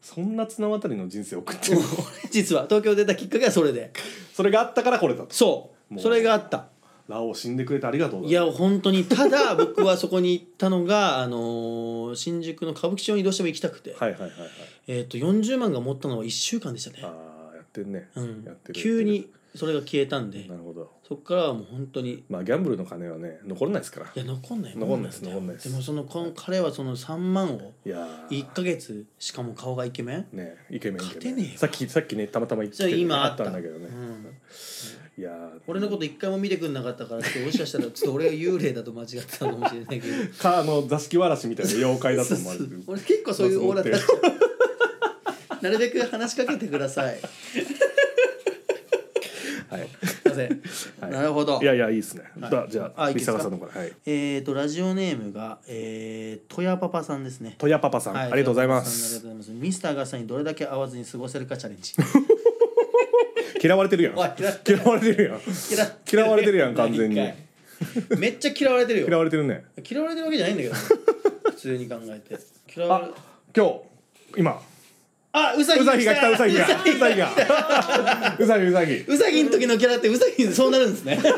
C: そんな綱渡りの人生を送ってる
D: 実は東京出たきっかけはそれで
C: それがあったからこれだと
D: そう
C: もう
D: それがあった
C: ラオウ死んでくれてありがとうだ
D: いや本当にただ僕はそこに行ったのが、あのー新宿の歌舞伎町にどうしても行きたくて、
C: はいはいはいはい
D: えっと40万が持ったのは1週間でしたね、
C: ああやってんね、
D: うん
C: やってる
D: 急にそれが消えたんで
C: なるほど
D: そっからはもう本当に
C: まあギャンブルの金はね残らないですから
D: いや残んない
C: 残んないです
D: も
C: 残んないです
D: でもそのこの彼はその3万を
C: いやー
D: 1ヶ月しかも顔がイケメン
C: ねイケメンイ
D: 勝
C: ケ
D: て
C: メ
D: ね
C: ン
D: えよ
C: さっきさっきねたまたま言って
D: じゃあ今あ
C: あ
D: っ
C: ったたんだけどね、
D: うん
C: いやー
D: 俺のこと一回も見てくんなかったからちょっともしかしたらちょっと俺が幽霊だと間違ってたのかもしれないけど
C: かあの座敷わらしみたいな妖怪だと思われてる
D: 俺結構 そういうオーラ出しちゃ うなるべく話しかけてくださいす
C: はい
D: いません、
C: はい
D: なるほど
C: いやいやいいですね、
D: はい
C: だじゃあ
D: あいいで
C: 三
D: すか
C: 坂さんの方からはい
D: えっ、ー、とラジオネームがえー、トヤパパさんですね
C: とやパパさん、
D: はい
C: ありがとうございま
D: トヤパパさん
C: す
D: ありがとうございますミスターガさんにどれだけ会わずに過ごせるかチャレ ンジ
C: 嫌われてるやん
D: おい嫌わ
C: 嫌われてるやん嫌われてるやん完全に
D: 一回めっちゃ嫌われてるよ
C: 嫌われてるね
D: 嫌われてるわけじゃないんだけどね普通に考えて嫌わ
C: あ
D: れ
C: 今日今
D: あうさぎ
C: うさぎが来たうさぎがうさぎがうさぎうさぎ
D: うさぎの時のキャラってうさぎそうなるんです ね
E: ちょっ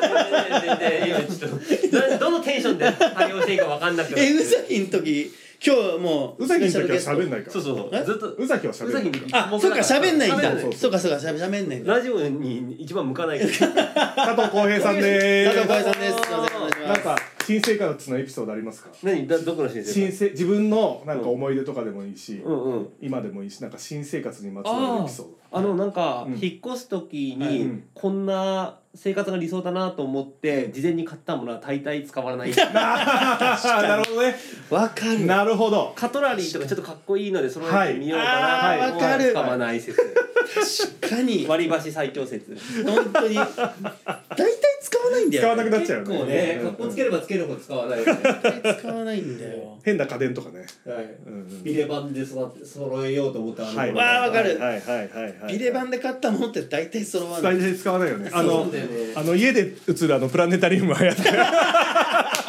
E: とどどのテンションで対応していいか分かんなくなって
D: えうさぎの時今日もう
C: うさぎの時は
D: スペシャル
C: 喋ん
D: ゲス
C: ないから
E: そうそう
D: え
E: ずっと
C: うさぎは喋
E: う
C: る
E: さぎに
D: トあそうか喋んないん
E: 喋
D: だそうかそうか喋喋んないんだ
E: ラジオに一番向かないから
C: 加藤浩平さん
D: 加
C: で
D: 藤
C: ー
D: 浩
C: す
D: 平さんですお願いし
C: な
D: ま
C: ん
D: す
C: か新生活のエピソードありますか
E: 何だどこの新
C: 新
E: 生
C: 生自分のなんか思い出とかでもいいし、
E: うんうん
C: 今でもいいしなんか新生活にまつわるエ
E: あ
C: ピソード
E: ああのなんか
C: うん
E: 引っ越す時
C: はい
E: にこんな生活が理想だなと思って事前に買ったものは大体使わ ない
C: あーなるほどね
D: わかる
C: なるほど
E: カトラリーとかちょっとかっこいいのでそのやつ見ようか
D: は
E: ないと思
D: あーわか
E: っ
D: る
E: て使わない説
D: 確かに
E: 割り箸最強説
D: 本当に大体使わないんだよ
C: 使わなくなっちゃうよ
E: 結構ね
C: う
E: か
C: ん
E: っこつければつけるほど使わないよ ね
D: 大体使わないんだよ
C: 変な家電とかね、
E: はい
C: うんうん
E: ビレバンで育て揃えようと思ったあの
C: はい
D: わあわかる
C: はいはいはいはい
D: ビレバンで買ったものって大体揃わない
C: 大体使わないよねあ
E: そ
C: の
E: うだよね
C: あの家で映るあのプラネタリウムはやってる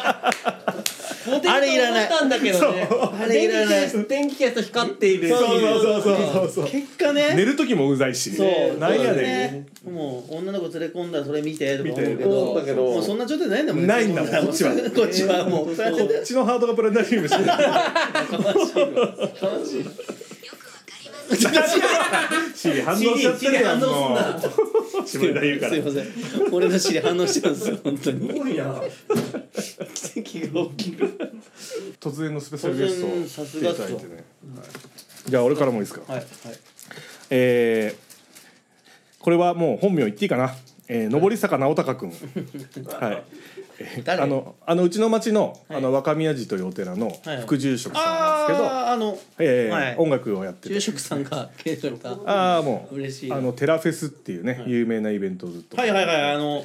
E: モテると思ったんだけどね
D: あれいらない
E: 電気消す電気消すと光っている
C: そうそうそうそうそうそう
D: 結果ね
C: 寝る時もうざいし
D: そう
C: なんやねん
D: ねもう女の子連れ込んだらそれ見てとか思うけ
E: 見て
D: ど
E: そうだけど
D: もうそんな状態ないんだもん
C: ないんだもん
D: こ
C: こ
D: っ
C: っ
D: ち
C: ち
D: は
C: は
D: こっちはもう
C: こっちのハードがプラネタリウムしてるシリ反応しちゃってるやん
E: シリ
C: もう
D: す
C: 下
D: い
C: ネ
D: ま
C: タ言うから
D: せん俺の尻反応してたんですよ本当に
E: ごいな
D: 奇跡が起きる
C: 突然のスペシャルゲストを
D: 突然さすがっすわ
C: 来ていただいてねはいじゃあ俺からもいいですか
D: はいはい
C: えーこれはもう本名言っていいかな、えー、上坂直隆 君はい、えー
D: 誰
C: あのあのうちの町の,、
D: はい
C: あの若宮寺というお寺の
D: はい
C: 副住職さんなんですけど、
D: あああの
C: えー
D: はい
C: 音楽をやってて
D: 住職さんが経営者の方
C: ああもう
D: 嬉しいな
C: あのテラフェスっていうね、有名なイベントをずっと、
D: はいはいはいあの、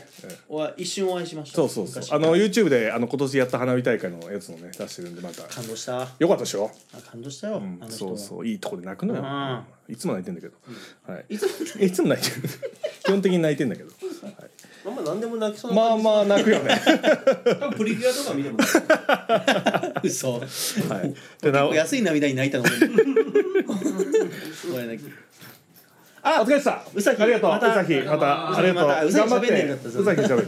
D: お会い一瞬お会いしました
C: そうそうそう
D: 昔
C: あの YouTube であの今年やった花火大会のやつもね出してるんでまた
D: 感動したあ
C: よかったでしょ、
D: 感動したよ、
C: うん
D: あの人
C: そ
D: も
C: うそういいとこで泣くのよ、
D: うん
C: いつも泣いてんだけど、はい
D: いつも
C: いつも泣いてる基本的に泣いてんだけど
E: あんま何でも泣きそうな
C: まあまあ泣くよね
E: 多分プリキュアとか見ても
D: 嘘
C: はい。でなお、あ、
D: 安い涙に泣いたのごめんね
C: お疲れでした。う
D: さぎ
C: ありがとう。
D: ま
C: う
D: た
C: さぎ、また、ありがとう。
D: またうさぎ
C: 頑張
D: 喋んねえんだった
C: うさぎ喋る。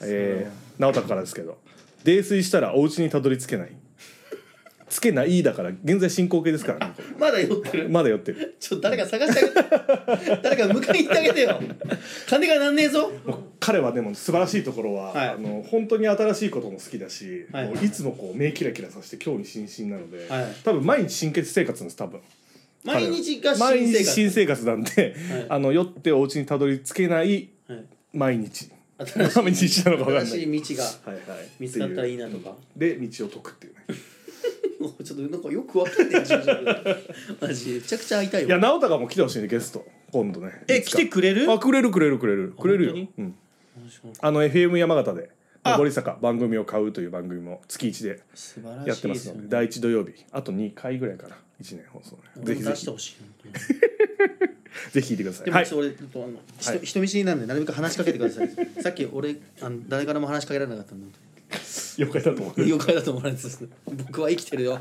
C: えー、直太からですけど、泥酔したらお家にたどり着けない。つけないだから、現在進行形ですからね。
D: まだ酔ってる
C: まだ酔ってる。
D: ちょっと誰か探してあげて誰か迎えに行ってあげて よ金がなんねえぞ
C: もう彼はでも素晴らしいところは、
D: はい
C: あの本当に新しいことも好きだし、
D: はい
C: い、もういつもこう目キラキラさせて興味津々なので、
D: はい
C: 多分毎日新血生活なんです多分。
D: 毎日が
C: 毎
D: 新生
C: 日
D: 活
C: 新生活なんで、
D: はい
C: あの酔ってお家にたどり着けない
D: はい
C: 毎日
D: 新しい
C: 毎日なのか分かんない
D: 新しい道が
C: はいはい、
D: 見つかったらいいなとか
C: で道を解くっていうね
D: もうちょっ となんかよくわかんない住職マジめちゃくちゃ会いたい
C: いや
D: よ
C: 直太がもう来てほしいねゲスト今度ね
D: え
C: いつ
D: 来
C: か
D: てくれる
C: あくれるくれるくれるくれる
D: 本
C: よ、うん、あの FM 山形で上り坂番組を買うという番組も月1で
D: 素晴らしい
C: やってますので第1土曜日あと2回ぐらいかな1年放送ね
D: ぜ
C: ぜひ
D: ひ
C: ぜ
D: 出して
C: ひ
D: ほしい本当に
C: ぜひ聞いてください
D: でも、
C: は
D: ち
C: い
D: ょっと俺ちょっとあの、人人見知りなんでなるべく話しかけてくださいさっき俺あの誰からも話しかけられなかったんで
C: 妖怪だと思う
D: 妖怪だと思われてた僕は生きてるよ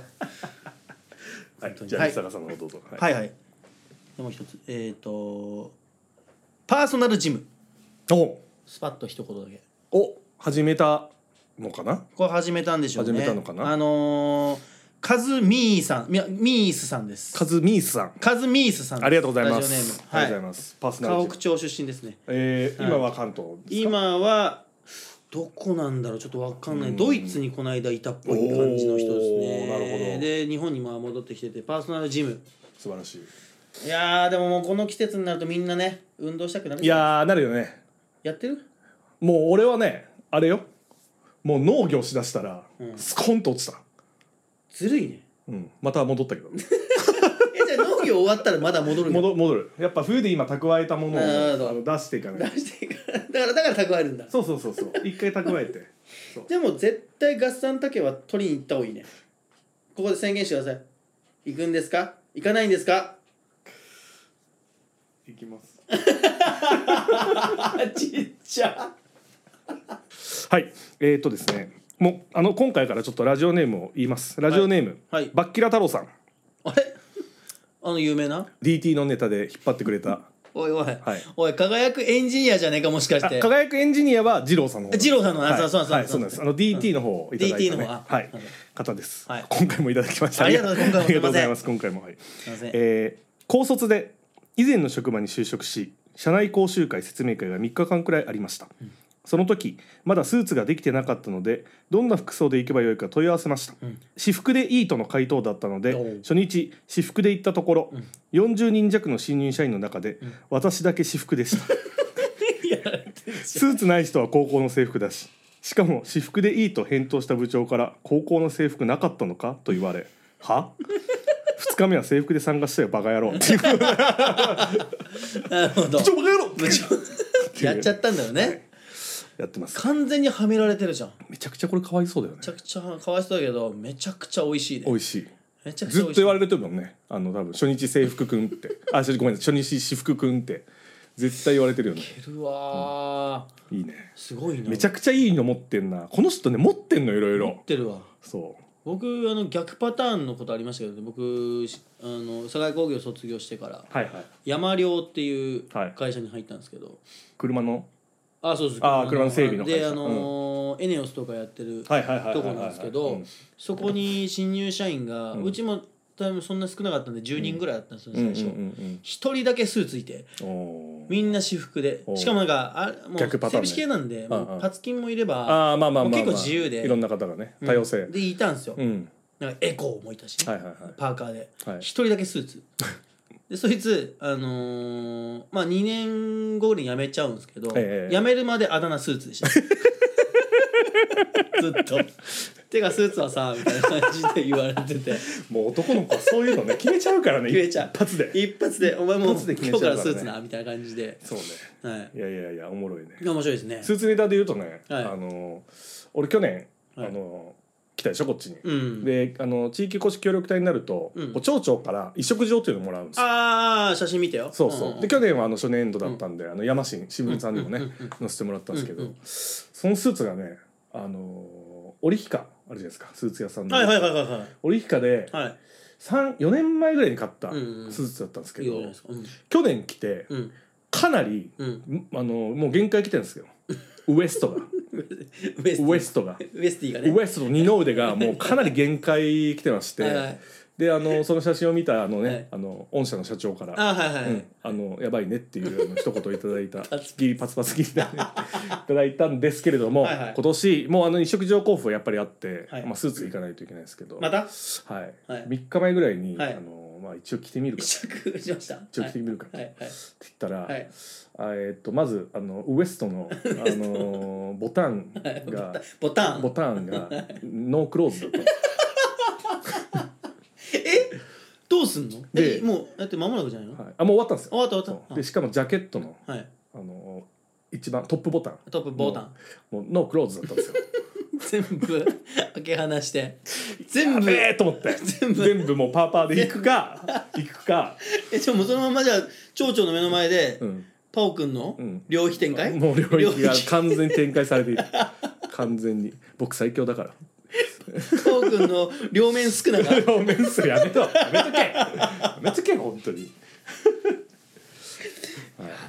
C: はい
D: 当に
C: じゃ
D: は
C: あ
D: い
C: 三坂さんの弟はい
D: はいはいでもう一つえっ、とパーソナルジム
C: お
D: スパッと一言だけ
C: お始めたのかな
D: これ始めたんでしょうね
C: 始めたのかな
D: あのー、カズミーさんいやミースさんです
C: カズミースさん
D: カズミースさん
C: ありがとうござい
D: ラ
C: ます
D: ジオネ
C: あり
D: ームは
C: がとうござい
D: い
C: ますパーソナ
D: 河
C: ル
D: 北
C: ジム
D: 町出身ですね
C: えー今は関東ですか
D: 今はどこなんだろうちょっとわかんない、ドイツにこの間いたっぽい感じの人ですね
C: おーなるほど
D: で日本にまあ戻ってきててパーソナルジム
C: 素晴らしい
D: いやーでももうこの季節になるとみんなね運動したくなる
C: いやーなるよね
D: やってる
C: もう俺はねあれよもう農業しだしたら、
D: ん
C: スコンと落ちた、
D: ずるいね
C: うん、また戻った けど
D: えじゃあ農業終わったらまだ戻るの
C: 戻戻るやっぱ冬で今蓄えたものを
D: なるほど
C: あの出していかな
D: 出
C: い
D: してから だからだから蓄えるんだ
C: そうそうそう そう一回蓄えてそう
D: でも絶対合算竹は取りに行った方がいいねここで宣言してください行くんですか行かないんですか
C: いき ます
D: あちっちゃ
C: はいえー、っとですねもうあの今回からちょっとラジオネームを言いますラジオネーム、
D: はいはい
C: バッキラ太郎さん
D: あれあの有名な
C: DT のネタで引っ張ってくれた
D: おいおい、
C: はい
D: おい輝くエンジニアじゃねえかもしかし
C: あ
D: て
C: 輝くエンジニアは二郎さんの方
D: 二郎さんの
C: はい
D: あそうそう
C: はい
D: そ
C: そ
D: そ
C: ううな
D: うん
C: ですあの DT の方をいただいた、ね
D: DT の方あ
C: はい
D: なるほ
C: 方です、
D: はい
C: 今回もいただきました
D: ありがとうございます
C: ありがとうございます今回もはい
D: すいません
C: えー高卒で以前の職場に就職し社内講習会説明会が3日間くらいありました、その時まだスーツができてなかったのでどんな服装で行けばよいか問い合わせました、
D: うん
C: 私服でいいとの回答だったので
D: おう
C: 初日私服で行ったところ、40人弱の新入社員の中で、私だけ私服でした スーツない人は高校の制服だししかも私服でいいと返答した部長から高校の制服なかったのかと言われは2日目は制服で参加したよバカ野郎っていう部
D: なるほど
C: 長バカ野郎
D: やっちゃったんだよね
C: やってます
D: 完全にはめられてるじゃんめ
C: めちゃくちゃこれかわいそうだよね
D: ちゃくちゃかわいそうだけどめちゃくちゃ美味しいで
C: 美味しい
D: めちゃくち
C: ず
D: ゃ
C: っ
D: 美
C: と
D: 味しい
C: 言われてるもんねあの多分初日制服くんってあ初日ごめんなさい初日私服くんって絶対言われてるよね
D: いるわー
C: いいね
D: すごいな
C: めちゃ
D: くち
C: くちゃいいの持ってんなこの人ね持ってんのいろい
D: ゃ
C: ろ
D: ってるわ
C: そ
D: 僕あの逆パターンのことありましたけど、ね、僕しあの佐賀工業卒業してから
C: うはいはい
D: 山寮っていう
C: はい
D: 会社に入ったんですけど、
C: 車の
D: あそうです
C: あー車の整備の会社
D: であのーエネオスとかやってる
C: はいはいはいはい
D: とこなんですけ
C: はいは
D: ど
C: いはい
D: そこに新入社員が、う
C: うん
D: ちも多分そんな少なかったんで10人ぐらいだったんですよ、
C: うんうん
D: 最
C: う
D: 初
C: ん
D: 一、人だけスーツいて
C: うんおー
D: みんな私服で
C: おう
D: しかもなんかあもう整
C: 逆パター
D: 備
C: ンね
D: 士系なんで、
C: うんうん
D: もうパツキンもいれば
C: ああまあまあ
D: も
C: まあ、まあ、
D: う結構自由で
C: いろんな方がね
D: うん
C: 多様性
D: でいたんですよ、
C: うん、
D: なんかエコーもいたし、
C: はいはいは
D: パーカーで
C: いはい
D: 一人だけスー ツでそいつあのーまあ2年後に辞めちゃうんですけど、
C: ええ
D: 辞めるまであだ名スーツ でしたずっと「てかスーツはさ」みたいな感じで言われて て
C: もう男の子はそういうの ね決めちゃうからね
D: 決めちゃう
C: 一発で
D: 一発で「お前もう
C: 一発で決め
D: 今日
C: ち
D: か
C: ゃうから
D: ら
C: ね
D: スーツな」みたいな感じで、
C: そうね
D: はい
C: いやいやいやおもろいね
D: いや、面白いですね
C: スーツネタで言うとね、
D: はい
C: あの俺去年、
D: はい
C: あの来たでしょこっちに、
D: うん
C: であの地域公式協力隊になると、
D: うん
C: こう町長から委嘱状っていうのをもらうんですよ
D: ああ写真見てよ
C: そうそう、
D: んんん
C: で去年はあの初年度だったんで、あの山新新聞さんにもね、
D: うんうんうんうん
C: 載せてもらったんですけど、
D: うんうん
C: そのスーツがねあの織り機かあるじゃないですかスーツ屋さんの、
D: はいはいはいはいはい
C: 織り機かで
D: はい
C: 4年前ぐらいに買った
D: う
C: ス
D: んうん
C: ーツだったんですけ
D: いいじ
C: ど、
D: ゃないですかうん
C: 去年着て
D: うん
C: かなり、
D: うん
C: んあのもう限界来てるんですよウエスト が
D: ウエスティ
C: ウエストが
D: ウエスティがね
C: ウエストの二の腕がもうかなり限界来てまして
D: はいはい
C: であのその写真を見たあのね、
D: はい
C: あの御社の社長から「
D: あーはいはい、
C: うん、あのやばいね」っていうあの一言いただ いた
D: パツ
C: ギリパツパツギリだねいただいたんですけれども、
D: はいはい
C: 今年もうあの一食上交付はやっぱりあって、
D: はい
C: まあ、スーツ行かないといけないですけど、
D: また
C: はい
D: はい
C: 3日前ぐらいに、
D: はい
C: あのまあ、一応着て みるか
D: 試着しました。
C: 一応着てみるかって
D: はいはい
C: 言ったら、
D: はいはい。
C: あえっとまずあのウエス トの、あのボタンが。
D: ボタン。
C: ボタンがノークローズだったんですよ
D: え？どうすんの？
C: で
D: えもうだって間もなくじゃないの？
C: はい、あもう終わったんです
D: 終
C: よ
D: わった終わっ
C: そう
D: た。
C: でしかもジャケットの、
D: はい。
C: あの一番トップボタン
D: トップボタン。
C: もうノークローズだったんですよ
D: 全部開け放 して。全部。
C: ええと思 って全部もうパーパーで行くか行くか、
D: えじゃあもうそのままじゃあ町長の目の前で
C: うん、
D: パオくんの
C: うん
D: 領域展開？
C: もう領域が
D: 領域
C: 完全に展開されている完全に僕最強だから
D: パオくんの両面少な が。
C: 表面するやめとやめとけやめとけ本当に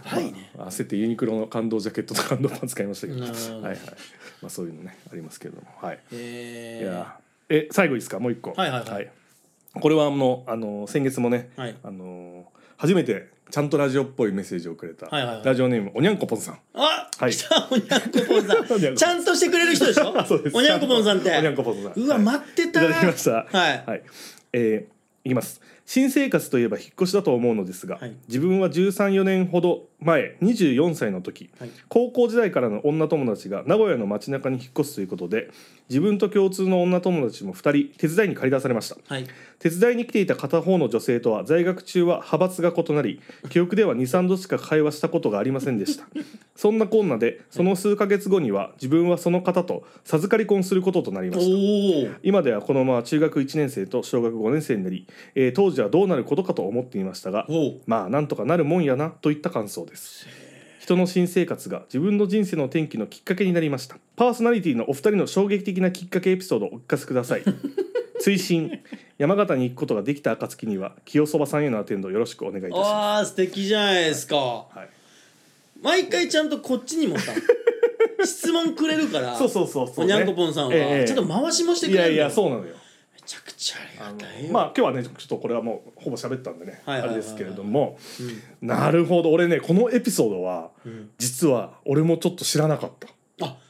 C: はい
D: ね
C: まあ焦ってユニクロの感動ジャケットと感動パンツ買いましたけど
D: なるほど
C: はいはいまあ、そういうのねありますけれどもはい
D: え
C: い
D: ー
C: やえ最後いいですかもう一個
D: はいはいはい
C: これはあのあの先月もね、
D: はい
C: あの初めてちゃんとラジオっぽいメッセージをくれた、
D: はいはいはい
C: ラジオネームおにゃんこぽんさん
D: あ、
C: はい
D: 来たおにゃんこぽんさ
C: おにゃん
D: ん。
C: こ
D: ちゃんとしてくれる人でしょ
C: あ そうです
D: おにゃんこぽんさんって。
C: おにゃんこぽんさん
D: うわ、
C: はい
D: 待って
C: い
D: た
C: ただきました
D: はい。
C: はいえーいきます新生活といえば引っ越しだと思うのですが、
D: はい
C: 自分は134年ほど前24歳の時、
D: はい
C: 高校時代からの女友達が名古屋の街中に引っ越すということで自分と共通の女友達も2人手伝いに借り出されました
D: はい。
C: 手伝いに来ていた片方の女性とは在学中は派閥が異なり記憶では23度しか会話したことがありませんでしたそんなこんなでその数ヶ月後には自分はその方と授かり婚することとなりました
D: おお。
C: 今ではこのまま中学1年生と小学5年生になり、えー当時はどうなることかと思っていましたが
D: おお。
C: まあなんとかなるもんやなといった感想です人の新生活が自分の人生の転機のきっかけになりましたパーソナリティのお二人の衝撃的なきっかけエピソードをお聞かせく ださい追伸山形に行くことができた暁には清そばさんへのアテンドよろしくお願いいたしま
D: あー素敵じゃないですか、
C: す、はい、
D: 毎回ちゃんとこっちにも さ質問くれるから
C: そうそうそうそう
D: おに
C: ね、
D: ゃんこぽんさんは、
C: ええ
D: ちょっと回しもしてく
C: い
D: れる
C: やいや
D: う
C: そうなのよ
D: めちゃくちゃありがたいよ
C: まあ今日はねちょっとこれはもうほぼ喋ったんでね、
D: はいはいはいはい
C: あれですけれども、なるほど俺ねこのエピソードは、実は俺もちょっと知らなかった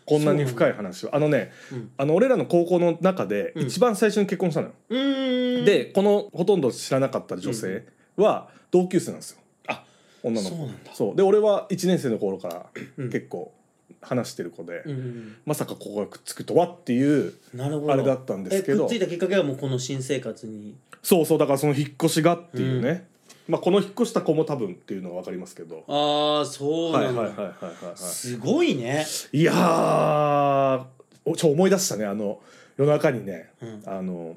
C: こんなに深い話はあのね、
D: うん
C: あの俺らの高校の中で一番最初に結婚したのよ、
D: うーん
C: でこのほとんど知らなかった女性は同級生なんですよ、
D: あ
C: 女の
D: そう
C: 子
D: なんだ
C: そうで俺は1年生の頃から
D: うん
C: 結構話してる子で、
D: うん
C: まさかここがくっつくとはっていう
D: なるほど
C: あれだったんですけ
D: えく
C: ど
D: っついたきっかけはもうこの新生活に
C: そうそうだからその引っ越しがっていうね、まあこの引っ越した子も多分っていうのは分かりますけど
D: ああそう
C: はい
D: な
C: はい
D: んだ、
C: はいはいはいは
D: すごいね、
C: いいやーおちょ思い出したねあの夜中にね
D: うん、
C: あの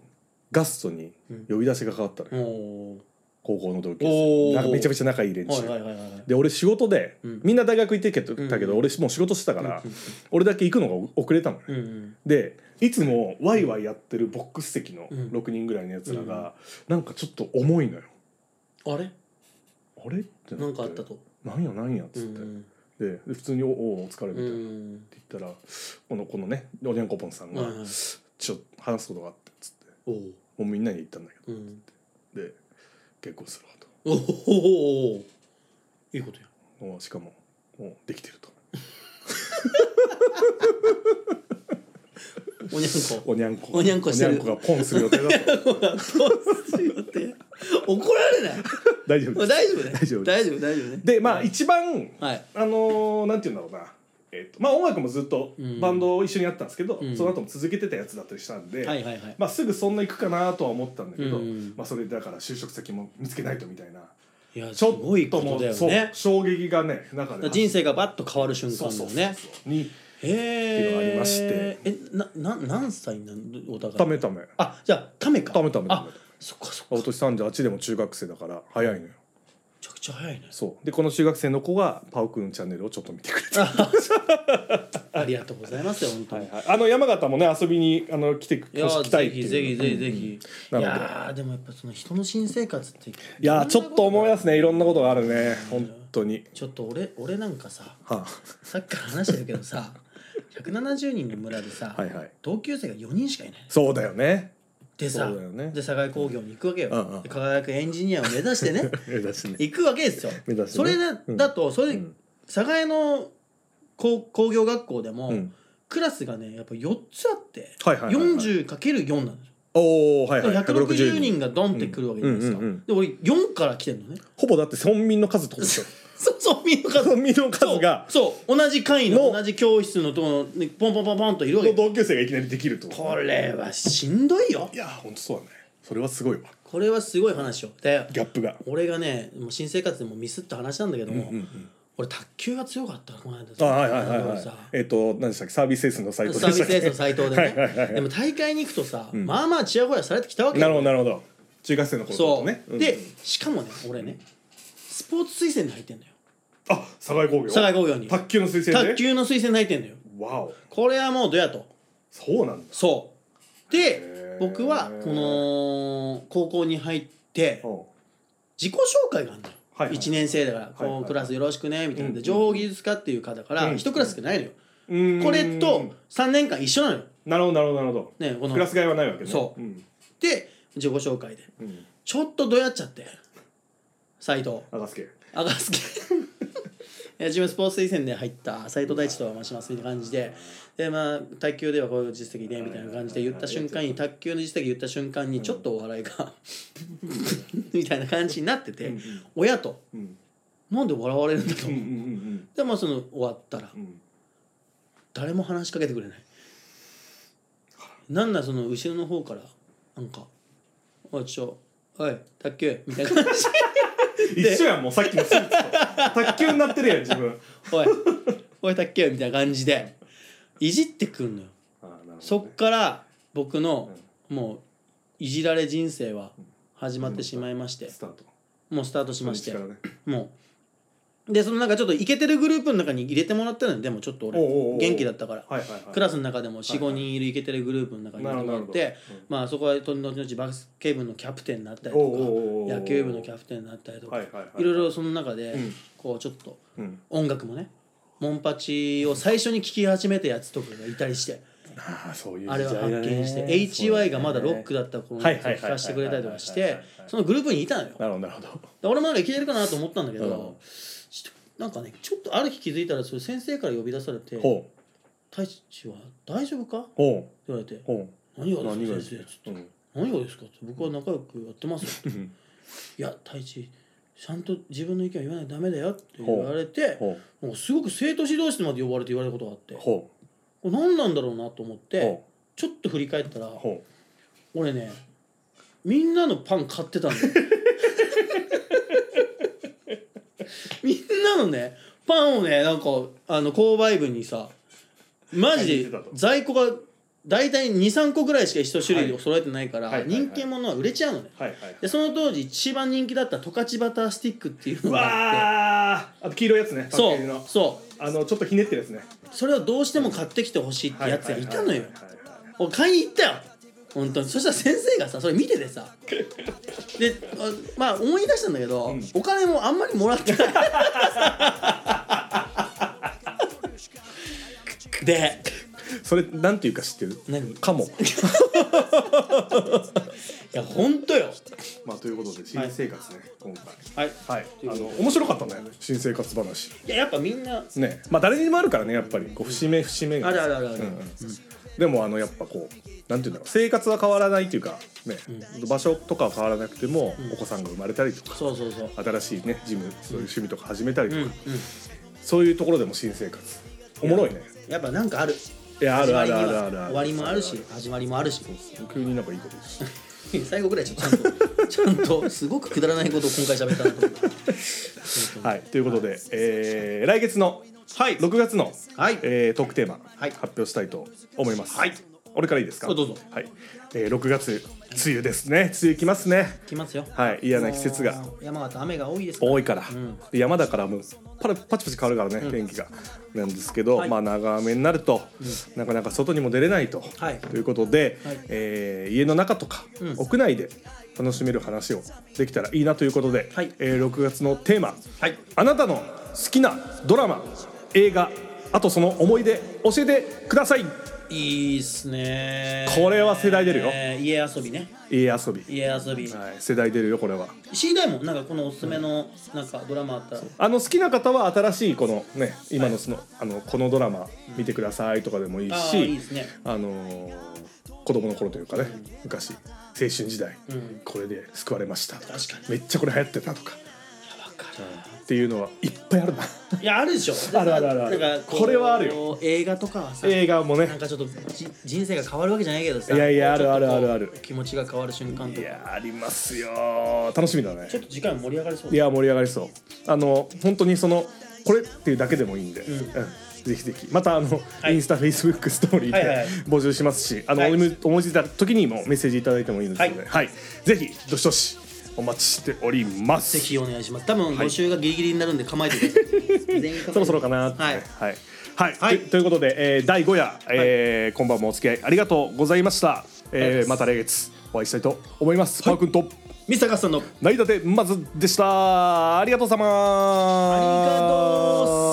C: ガストに呼び出しがかかったのよ、
D: お
C: 高校の同級
D: お
C: 生
D: ー
C: なんかめちゃめちゃ仲いい連
D: ーは
C: 中
D: いはいはいはい
C: で俺仕事で、
D: うん
C: みんな大学行ってけど、
D: ん
C: だけど俺もう仕事してたから、
D: うん
C: 俺だけ行くのが遅れたのね、
D: うんうん
C: でいつもワイワイやってるボックス席の
D: うん
C: 6人ぐらいのやつらが、なんかちょっと重いのよ
D: あれ
C: あれって
D: な
C: っ
D: ん
C: て
D: かあったと
C: なんやなんやっつって、
D: うん
C: でで普通に「おおお疲れ」み
D: う
C: たいな、って
D: ん
C: 言ったらこのこのねおにゃんこぽんさん
D: は
C: が
D: いはい
C: 「ちょっと話すことがあって」っつって
D: おー
C: もうみんなに言ったんだけ
D: うん
C: どで結婚するわと
D: おおいいことや
C: おしかももうできてると
D: おにゃん こ
C: おにゃんこ
D: おにゃんこしてる
C: おにゃんこがポンする予定 だと
D: 怒られない
C: 大丈夫
D: まあ
C: です
D: 大丈夫ね
C: 大丈夫
D: 大丈夫大丈夫ね
C: でまあ一番
D: はい
C: あのーなんて言うんだろうな、えっとまあ、音楽もずっと
D: うん
C: バンドを一緒にやってたんですけど、
D: うん
C: その後も続けてたやつだったりしたんで、
D: はいはいはい
C: まあ、すぐそんな行くかなとは思ったんだけど、
D: うん
C: まあ、それだから就職先も見つけないとみたいない
D: や
C: ちょっとも
D: すごいことだよ
C: そう
D: ね
C: 衝撃がね中
D: だか
C: で
D: ら人生がバッと変わる瞬間
C: そう
D: だ
C: そう
D: よ
C: そう
D: ね
C: そうに
D: へえ
C: っていうのがありまして
D: えなな何歳なのお互い
C: ためため
D: あじゃあためか
C: ためためた
D: あ
C: め
D: そっかそっか
C: 今年38でも中学生だから早いのよ
D: めちゃくちゃ早いね
C: そうでこの中学生の子がパオくんチャンネルをちょっと見てくれて、
D: ありがとうございますよ本当に
C: あの山形もね遊びにあの来て
D: いや
C: 来た
D: ぜ
C: いってい
D: ひ
C: う
D: ぜひぜひぜひい
C: なので
D: やーでもやっぱその人の新生活って
C: いやーちょっと思い出すねいろんなことがあるね本当に
D: ちょっと俺俺なんかさ
C: は
D: さっきから話してるけどさ170人の村でさ、
C: あ、はいはい
D: 同級生が4人しかいない
C: そうだよね
D: でさ、
C: そうだよね
D: で佐賀工業に行くわけよ、
C: うんうん
D: で輝くエンジニアを目指して ね
C: 目指してね
D: 行くわけですよ、
C: 目指して
D: そ
C: ね
D: れだ,、
C: うん
D: だとそれで
C: うん
D: 佐賀の工工業学校でも、
C: うん
D: クラスがねやっぱ4つあって、
C: はいはいはいはい
D: 40×4 なんですよ
C: おおはい
D: だ
C: はい
D: から160
C: 160
D: 人がドンってくるわけじゃないですか、
C: うんうんうんうん
D: で俺4から来てん のね
C: ほぼだって村民の数ってことですよ
D: そう そうみんな数
C: 村民の数が
D: そうそう同じ階の
C: の
D: 同じ教室のところにポンポンポンポンといるわけ
C: の同級生がいきなりできるってこと
D: これはしんどいよ
C: いやー本当そうだねそれはすごいわ
D: これはすごい話よで
C: ギャップが
D: 俺がねもう新生活でもミスった話なんだけども、
C: うんうん
D: 俺卓球が強かったのこの間
C: あはいはいはいはい
D: さ
C: えっ、と何でしたっけサービスエースのサイトで
D: サービ
C: したっ
D: ス
C: け
D: エースの斎藤でね、
C: はいはいはい
D: でも大会に行くとさ、
C: ん
D: まあまあちやほやされてきたわけよ
C: なるほどなるほど中学生の頃と
D: そ
C: か
D: う、
C: ねうん
D: でしかもね俺ねスポーツ推薦で入ってんだよ
C: あ佐賀工業
D: 佐賀工業に
C: 卓球の推薦で
D: 卓球の推薦で入ってんだよ
C: わお
D: これはもうどやと
C: そうなんだ
D: そうで
C: へー
D: 僕はこの高校に入って
C: おう
D: 自己紹介があるんだよ、
C: はいはい
D: 1年生だから「
C: はいはい
D: このクラスよろしくね」みたいな
C: うんう
D: で
C: ん
D: 情報技術科っていう科だから
C: うん
D: 1クラスしかないのよ、
C: うーん
D: これと3年間一緒なのよ、
C: なるほどなるほどなるほ
D: ね、こ
C: ど
D: の
C: クラス替えはないわけね
D: そう
C: うん
D: で自己紹介で
C: うん
D: ちょっとどやっちゃって斎藤
C: 赤助
D: 赤 助いや自分スポーツ推薦で入った斎藤大地と申しますみたいな感じででまあ卓球ではこういう実績でみたいな感じで言った瞬間に卓球の実績言った瞬間にちょっとお笑いが みたいな感じになってて親と
C: うん
D: なんで笑われるんだと
C: うんうんうん
D: でまあその終わったら
C: うんうん
D: 誰も話しかけてくれないなんならその後ろの方からなんか「おいちょおい卓球」みたいな 感じ
C: 一緒やんもうさっきのス ーツと卓球になってるやん自分
D: おいおい卓球みたいな感じでいじってくんのよ
C: あーなるほどね
D: そっから僕のもういじられ人生は始まってしまいまして
C: スタート
D: もうスタートしまして
C: 初日からね
D: もうでそのなんかちょっとイケてるグループの中に入れてもらってるのでもちょっと俺
C: おうおうおう
D: 元気だったから
C: はいはいはい
D: クラスの中でも45、
C: はいはい
D: 人いるイケてるグループの中に入れてもらっ
C: な
D: て
C: るほどなるほ
D: まあそこは後々バスケ部のキャプテンになったり
C: おうおうおう
D: と
C: おう
D: か野球部のキャプテンになったりとか、
C: はいいはいはい
D: ろいろその中で
C: うん
D: こうちょっと
C: うん
D: 音楽もねモンパチを最初に聴き始めたやつとかがいたりして
C: ああそういう
D: あ
C: 時代
D: れを
C: だね
D: 発見して
C: そうだね
D: HY がまだロックだった頃の
C: はいはいはい
D: 聞かせてくれたりとかし
C: はい
D: て
C: はいはいはい
D: そのグループにいたのよ
C: なるほどなるほど
D: で俺もなんかいけてるかなと思ったんだけど、
C: うん
D: ちょっとなんかねちょっとある日気づいたらそれ先生から呼び出されて
C: ほ
D: 太一は大丈夫か?」って
C: ほう
D: 言われて
C: ほ
D: 「何が
C: 何が
D: で
C: ですす
D: か先生」っつって
C: う、うん、
D: 「何がですか?」って「僕は仲良くやってますよ」
C: ん
D: いや太一ちゃんと自分の意見を言わないとダメだよ」って言われて
C: ほ
D: もうすごく生徒指導室まで呼ばれて言われたことがあって
C: う
D: こ
C: ほ
D: れ何なんだろうなと思っ
C: う
D: て
C: ほ
D: ちょっと振り返ったら
C: うほ
D: 俺ねみんなのパン買って たんだよみんなのねパンをねなんかあの購買部にさマ
C: 買いに
D: ジで
C: 行ってたと
D: 在庫が大体23個ぐらいしか一種類を揃えてないから、
C: はいはいはいはい
D: 人気者は売れちゃうのね
C: うはいはい
D: でその当時一番人気だった十勝バタースティックっていうの
C: う
D: があって
C: わーあと黄色いやつねパッ
D: そ
C: ケージの
D: うそう
C: あのちょっとひねってるやつね
D: それをどうしても買ってきてほしいってやつがいたのよ
C: はいはいはいはい
D: 俺買いに行ったよ本当にそしたら先生がさそれ見ててさであまあ思い出したんだけど、
C: ん
D: お金もあんまりもらってないで
C: それなんていうか知ってる
D: 何い
C: かも
D: や本当よ
C: まあということで新生活ね、今
D: はい
C: 回はいあの面白かったね新生活話
D: いややっぱみんな
C: ねまあ誰にでもあるからねやっぱりこう節目節目が
D: あるあるあるある
C: うんうんでもあのやっぱこうなんていうんだろう生活は変わらないというかね、場所とかは変わらなくても、お子さんが生まれたりとか
D: そうそうそう
C: 新しいねジムそういう趣味とか始めたりと
D: う
C: か、
D: んうん
C: そういうところでも新生活おもろいね
D: やっぱなんかある
C: いやあるあ
D: 始
C: る
D: ま
C: あ
D: りに
C: る
D: は
C: あるある
D: 終わりもあるし始まりもあるし
C: 急になんかいいことで す
D: 最後ぐらいちょっとちゃんとちゃんとすごくくだらないことを今回喋ったなと思った
C: はい、ということで、えー来月の、はい、6月の、
D: はい
C: えートークテーマ、
D: はい
C: 発表したいと思います。はい、俺からいいですか。
D: あどうぞ
C: はい、えー6月梅雨ですね。梅雨来ますね。
D: 来ますよ
C: はい、嫌な季節が
D: もう山形雨が多いですから
C: 多いから、
D: ん
C: で山だからもうパラパチパチ変わるからね、天気がなんですけど、
D: はい
C: まあ長雨になると、なかなか外にも出れないと、
D: はい
C: ということで、
D: はい
C: えー家の中とか、
D: ん
C: 屋内で楽しめる話をできたらいいなということで、
D: はい
C: えー6月のテーマ、
D: はい
C: あなたの好きなドラマ映画あとその思い出教えてください
D: いいっすね
C: これは世代出るよ
D: えー家遊びね
C: 家遊び、
D: 家遊び
C: はい、世代出るよこれは
D: 知りたいもんなんかこのおすすめのなんかドラマあったら
C: あの好きな方は新しいこのね今のその,、あのこのドラマ見てくださいとかでもいい
D: あ
C: し
D: あいいですね
C: あのー子供の頃というかね昔青春時代、
D: ん
C: これで救われました確
D: かに
C: めっちゃこれ流行ってたとかっていうのはいっぱいあるな
D: いやあるでしょ
C: あるあるあるある
D: なんかう
C: これはある
D: 映画とかはさ
C: 映画もね
D: なんかちょっとじ人生が変わるわけじゃないけどさ
C: いやいや
D: こうちょっと
C: あるある
D: こう
C: あるある
D: 気持ちが変わる瞬間
C: い
D: とか
C: やありますよ楽しみだね
D: ちょっと時間盛り上がりそう
C: いや盛り上がりそうあの本当にそのこれっていうだけでもいいんで、うん
D: ん
C: ぜひぜひまたあの、インスタフェイスブックストーリー
D: はいはいは
C: で
D: い
C: 募集しますし、あの、
D: はい
C: 思い思いついた時にもメッセージいただいてもいいですので、は
D: はいい
C: ぜひどしどしお待ちしております
D: ぜひお願いします多分募集がギリギリになるんで構えてくだ さい全員構えて
C: そろそろかなってね
D: はい
C: はい、はい
D: はい
C: とということで、えー第5夜、えー今晩もお付き合いありがとうございました、えーまた来月お会いしたいと思います、パウ君と
D: ミサカスさんの
C: 成田でまずでしたありがとうさまあ
D: ありがとう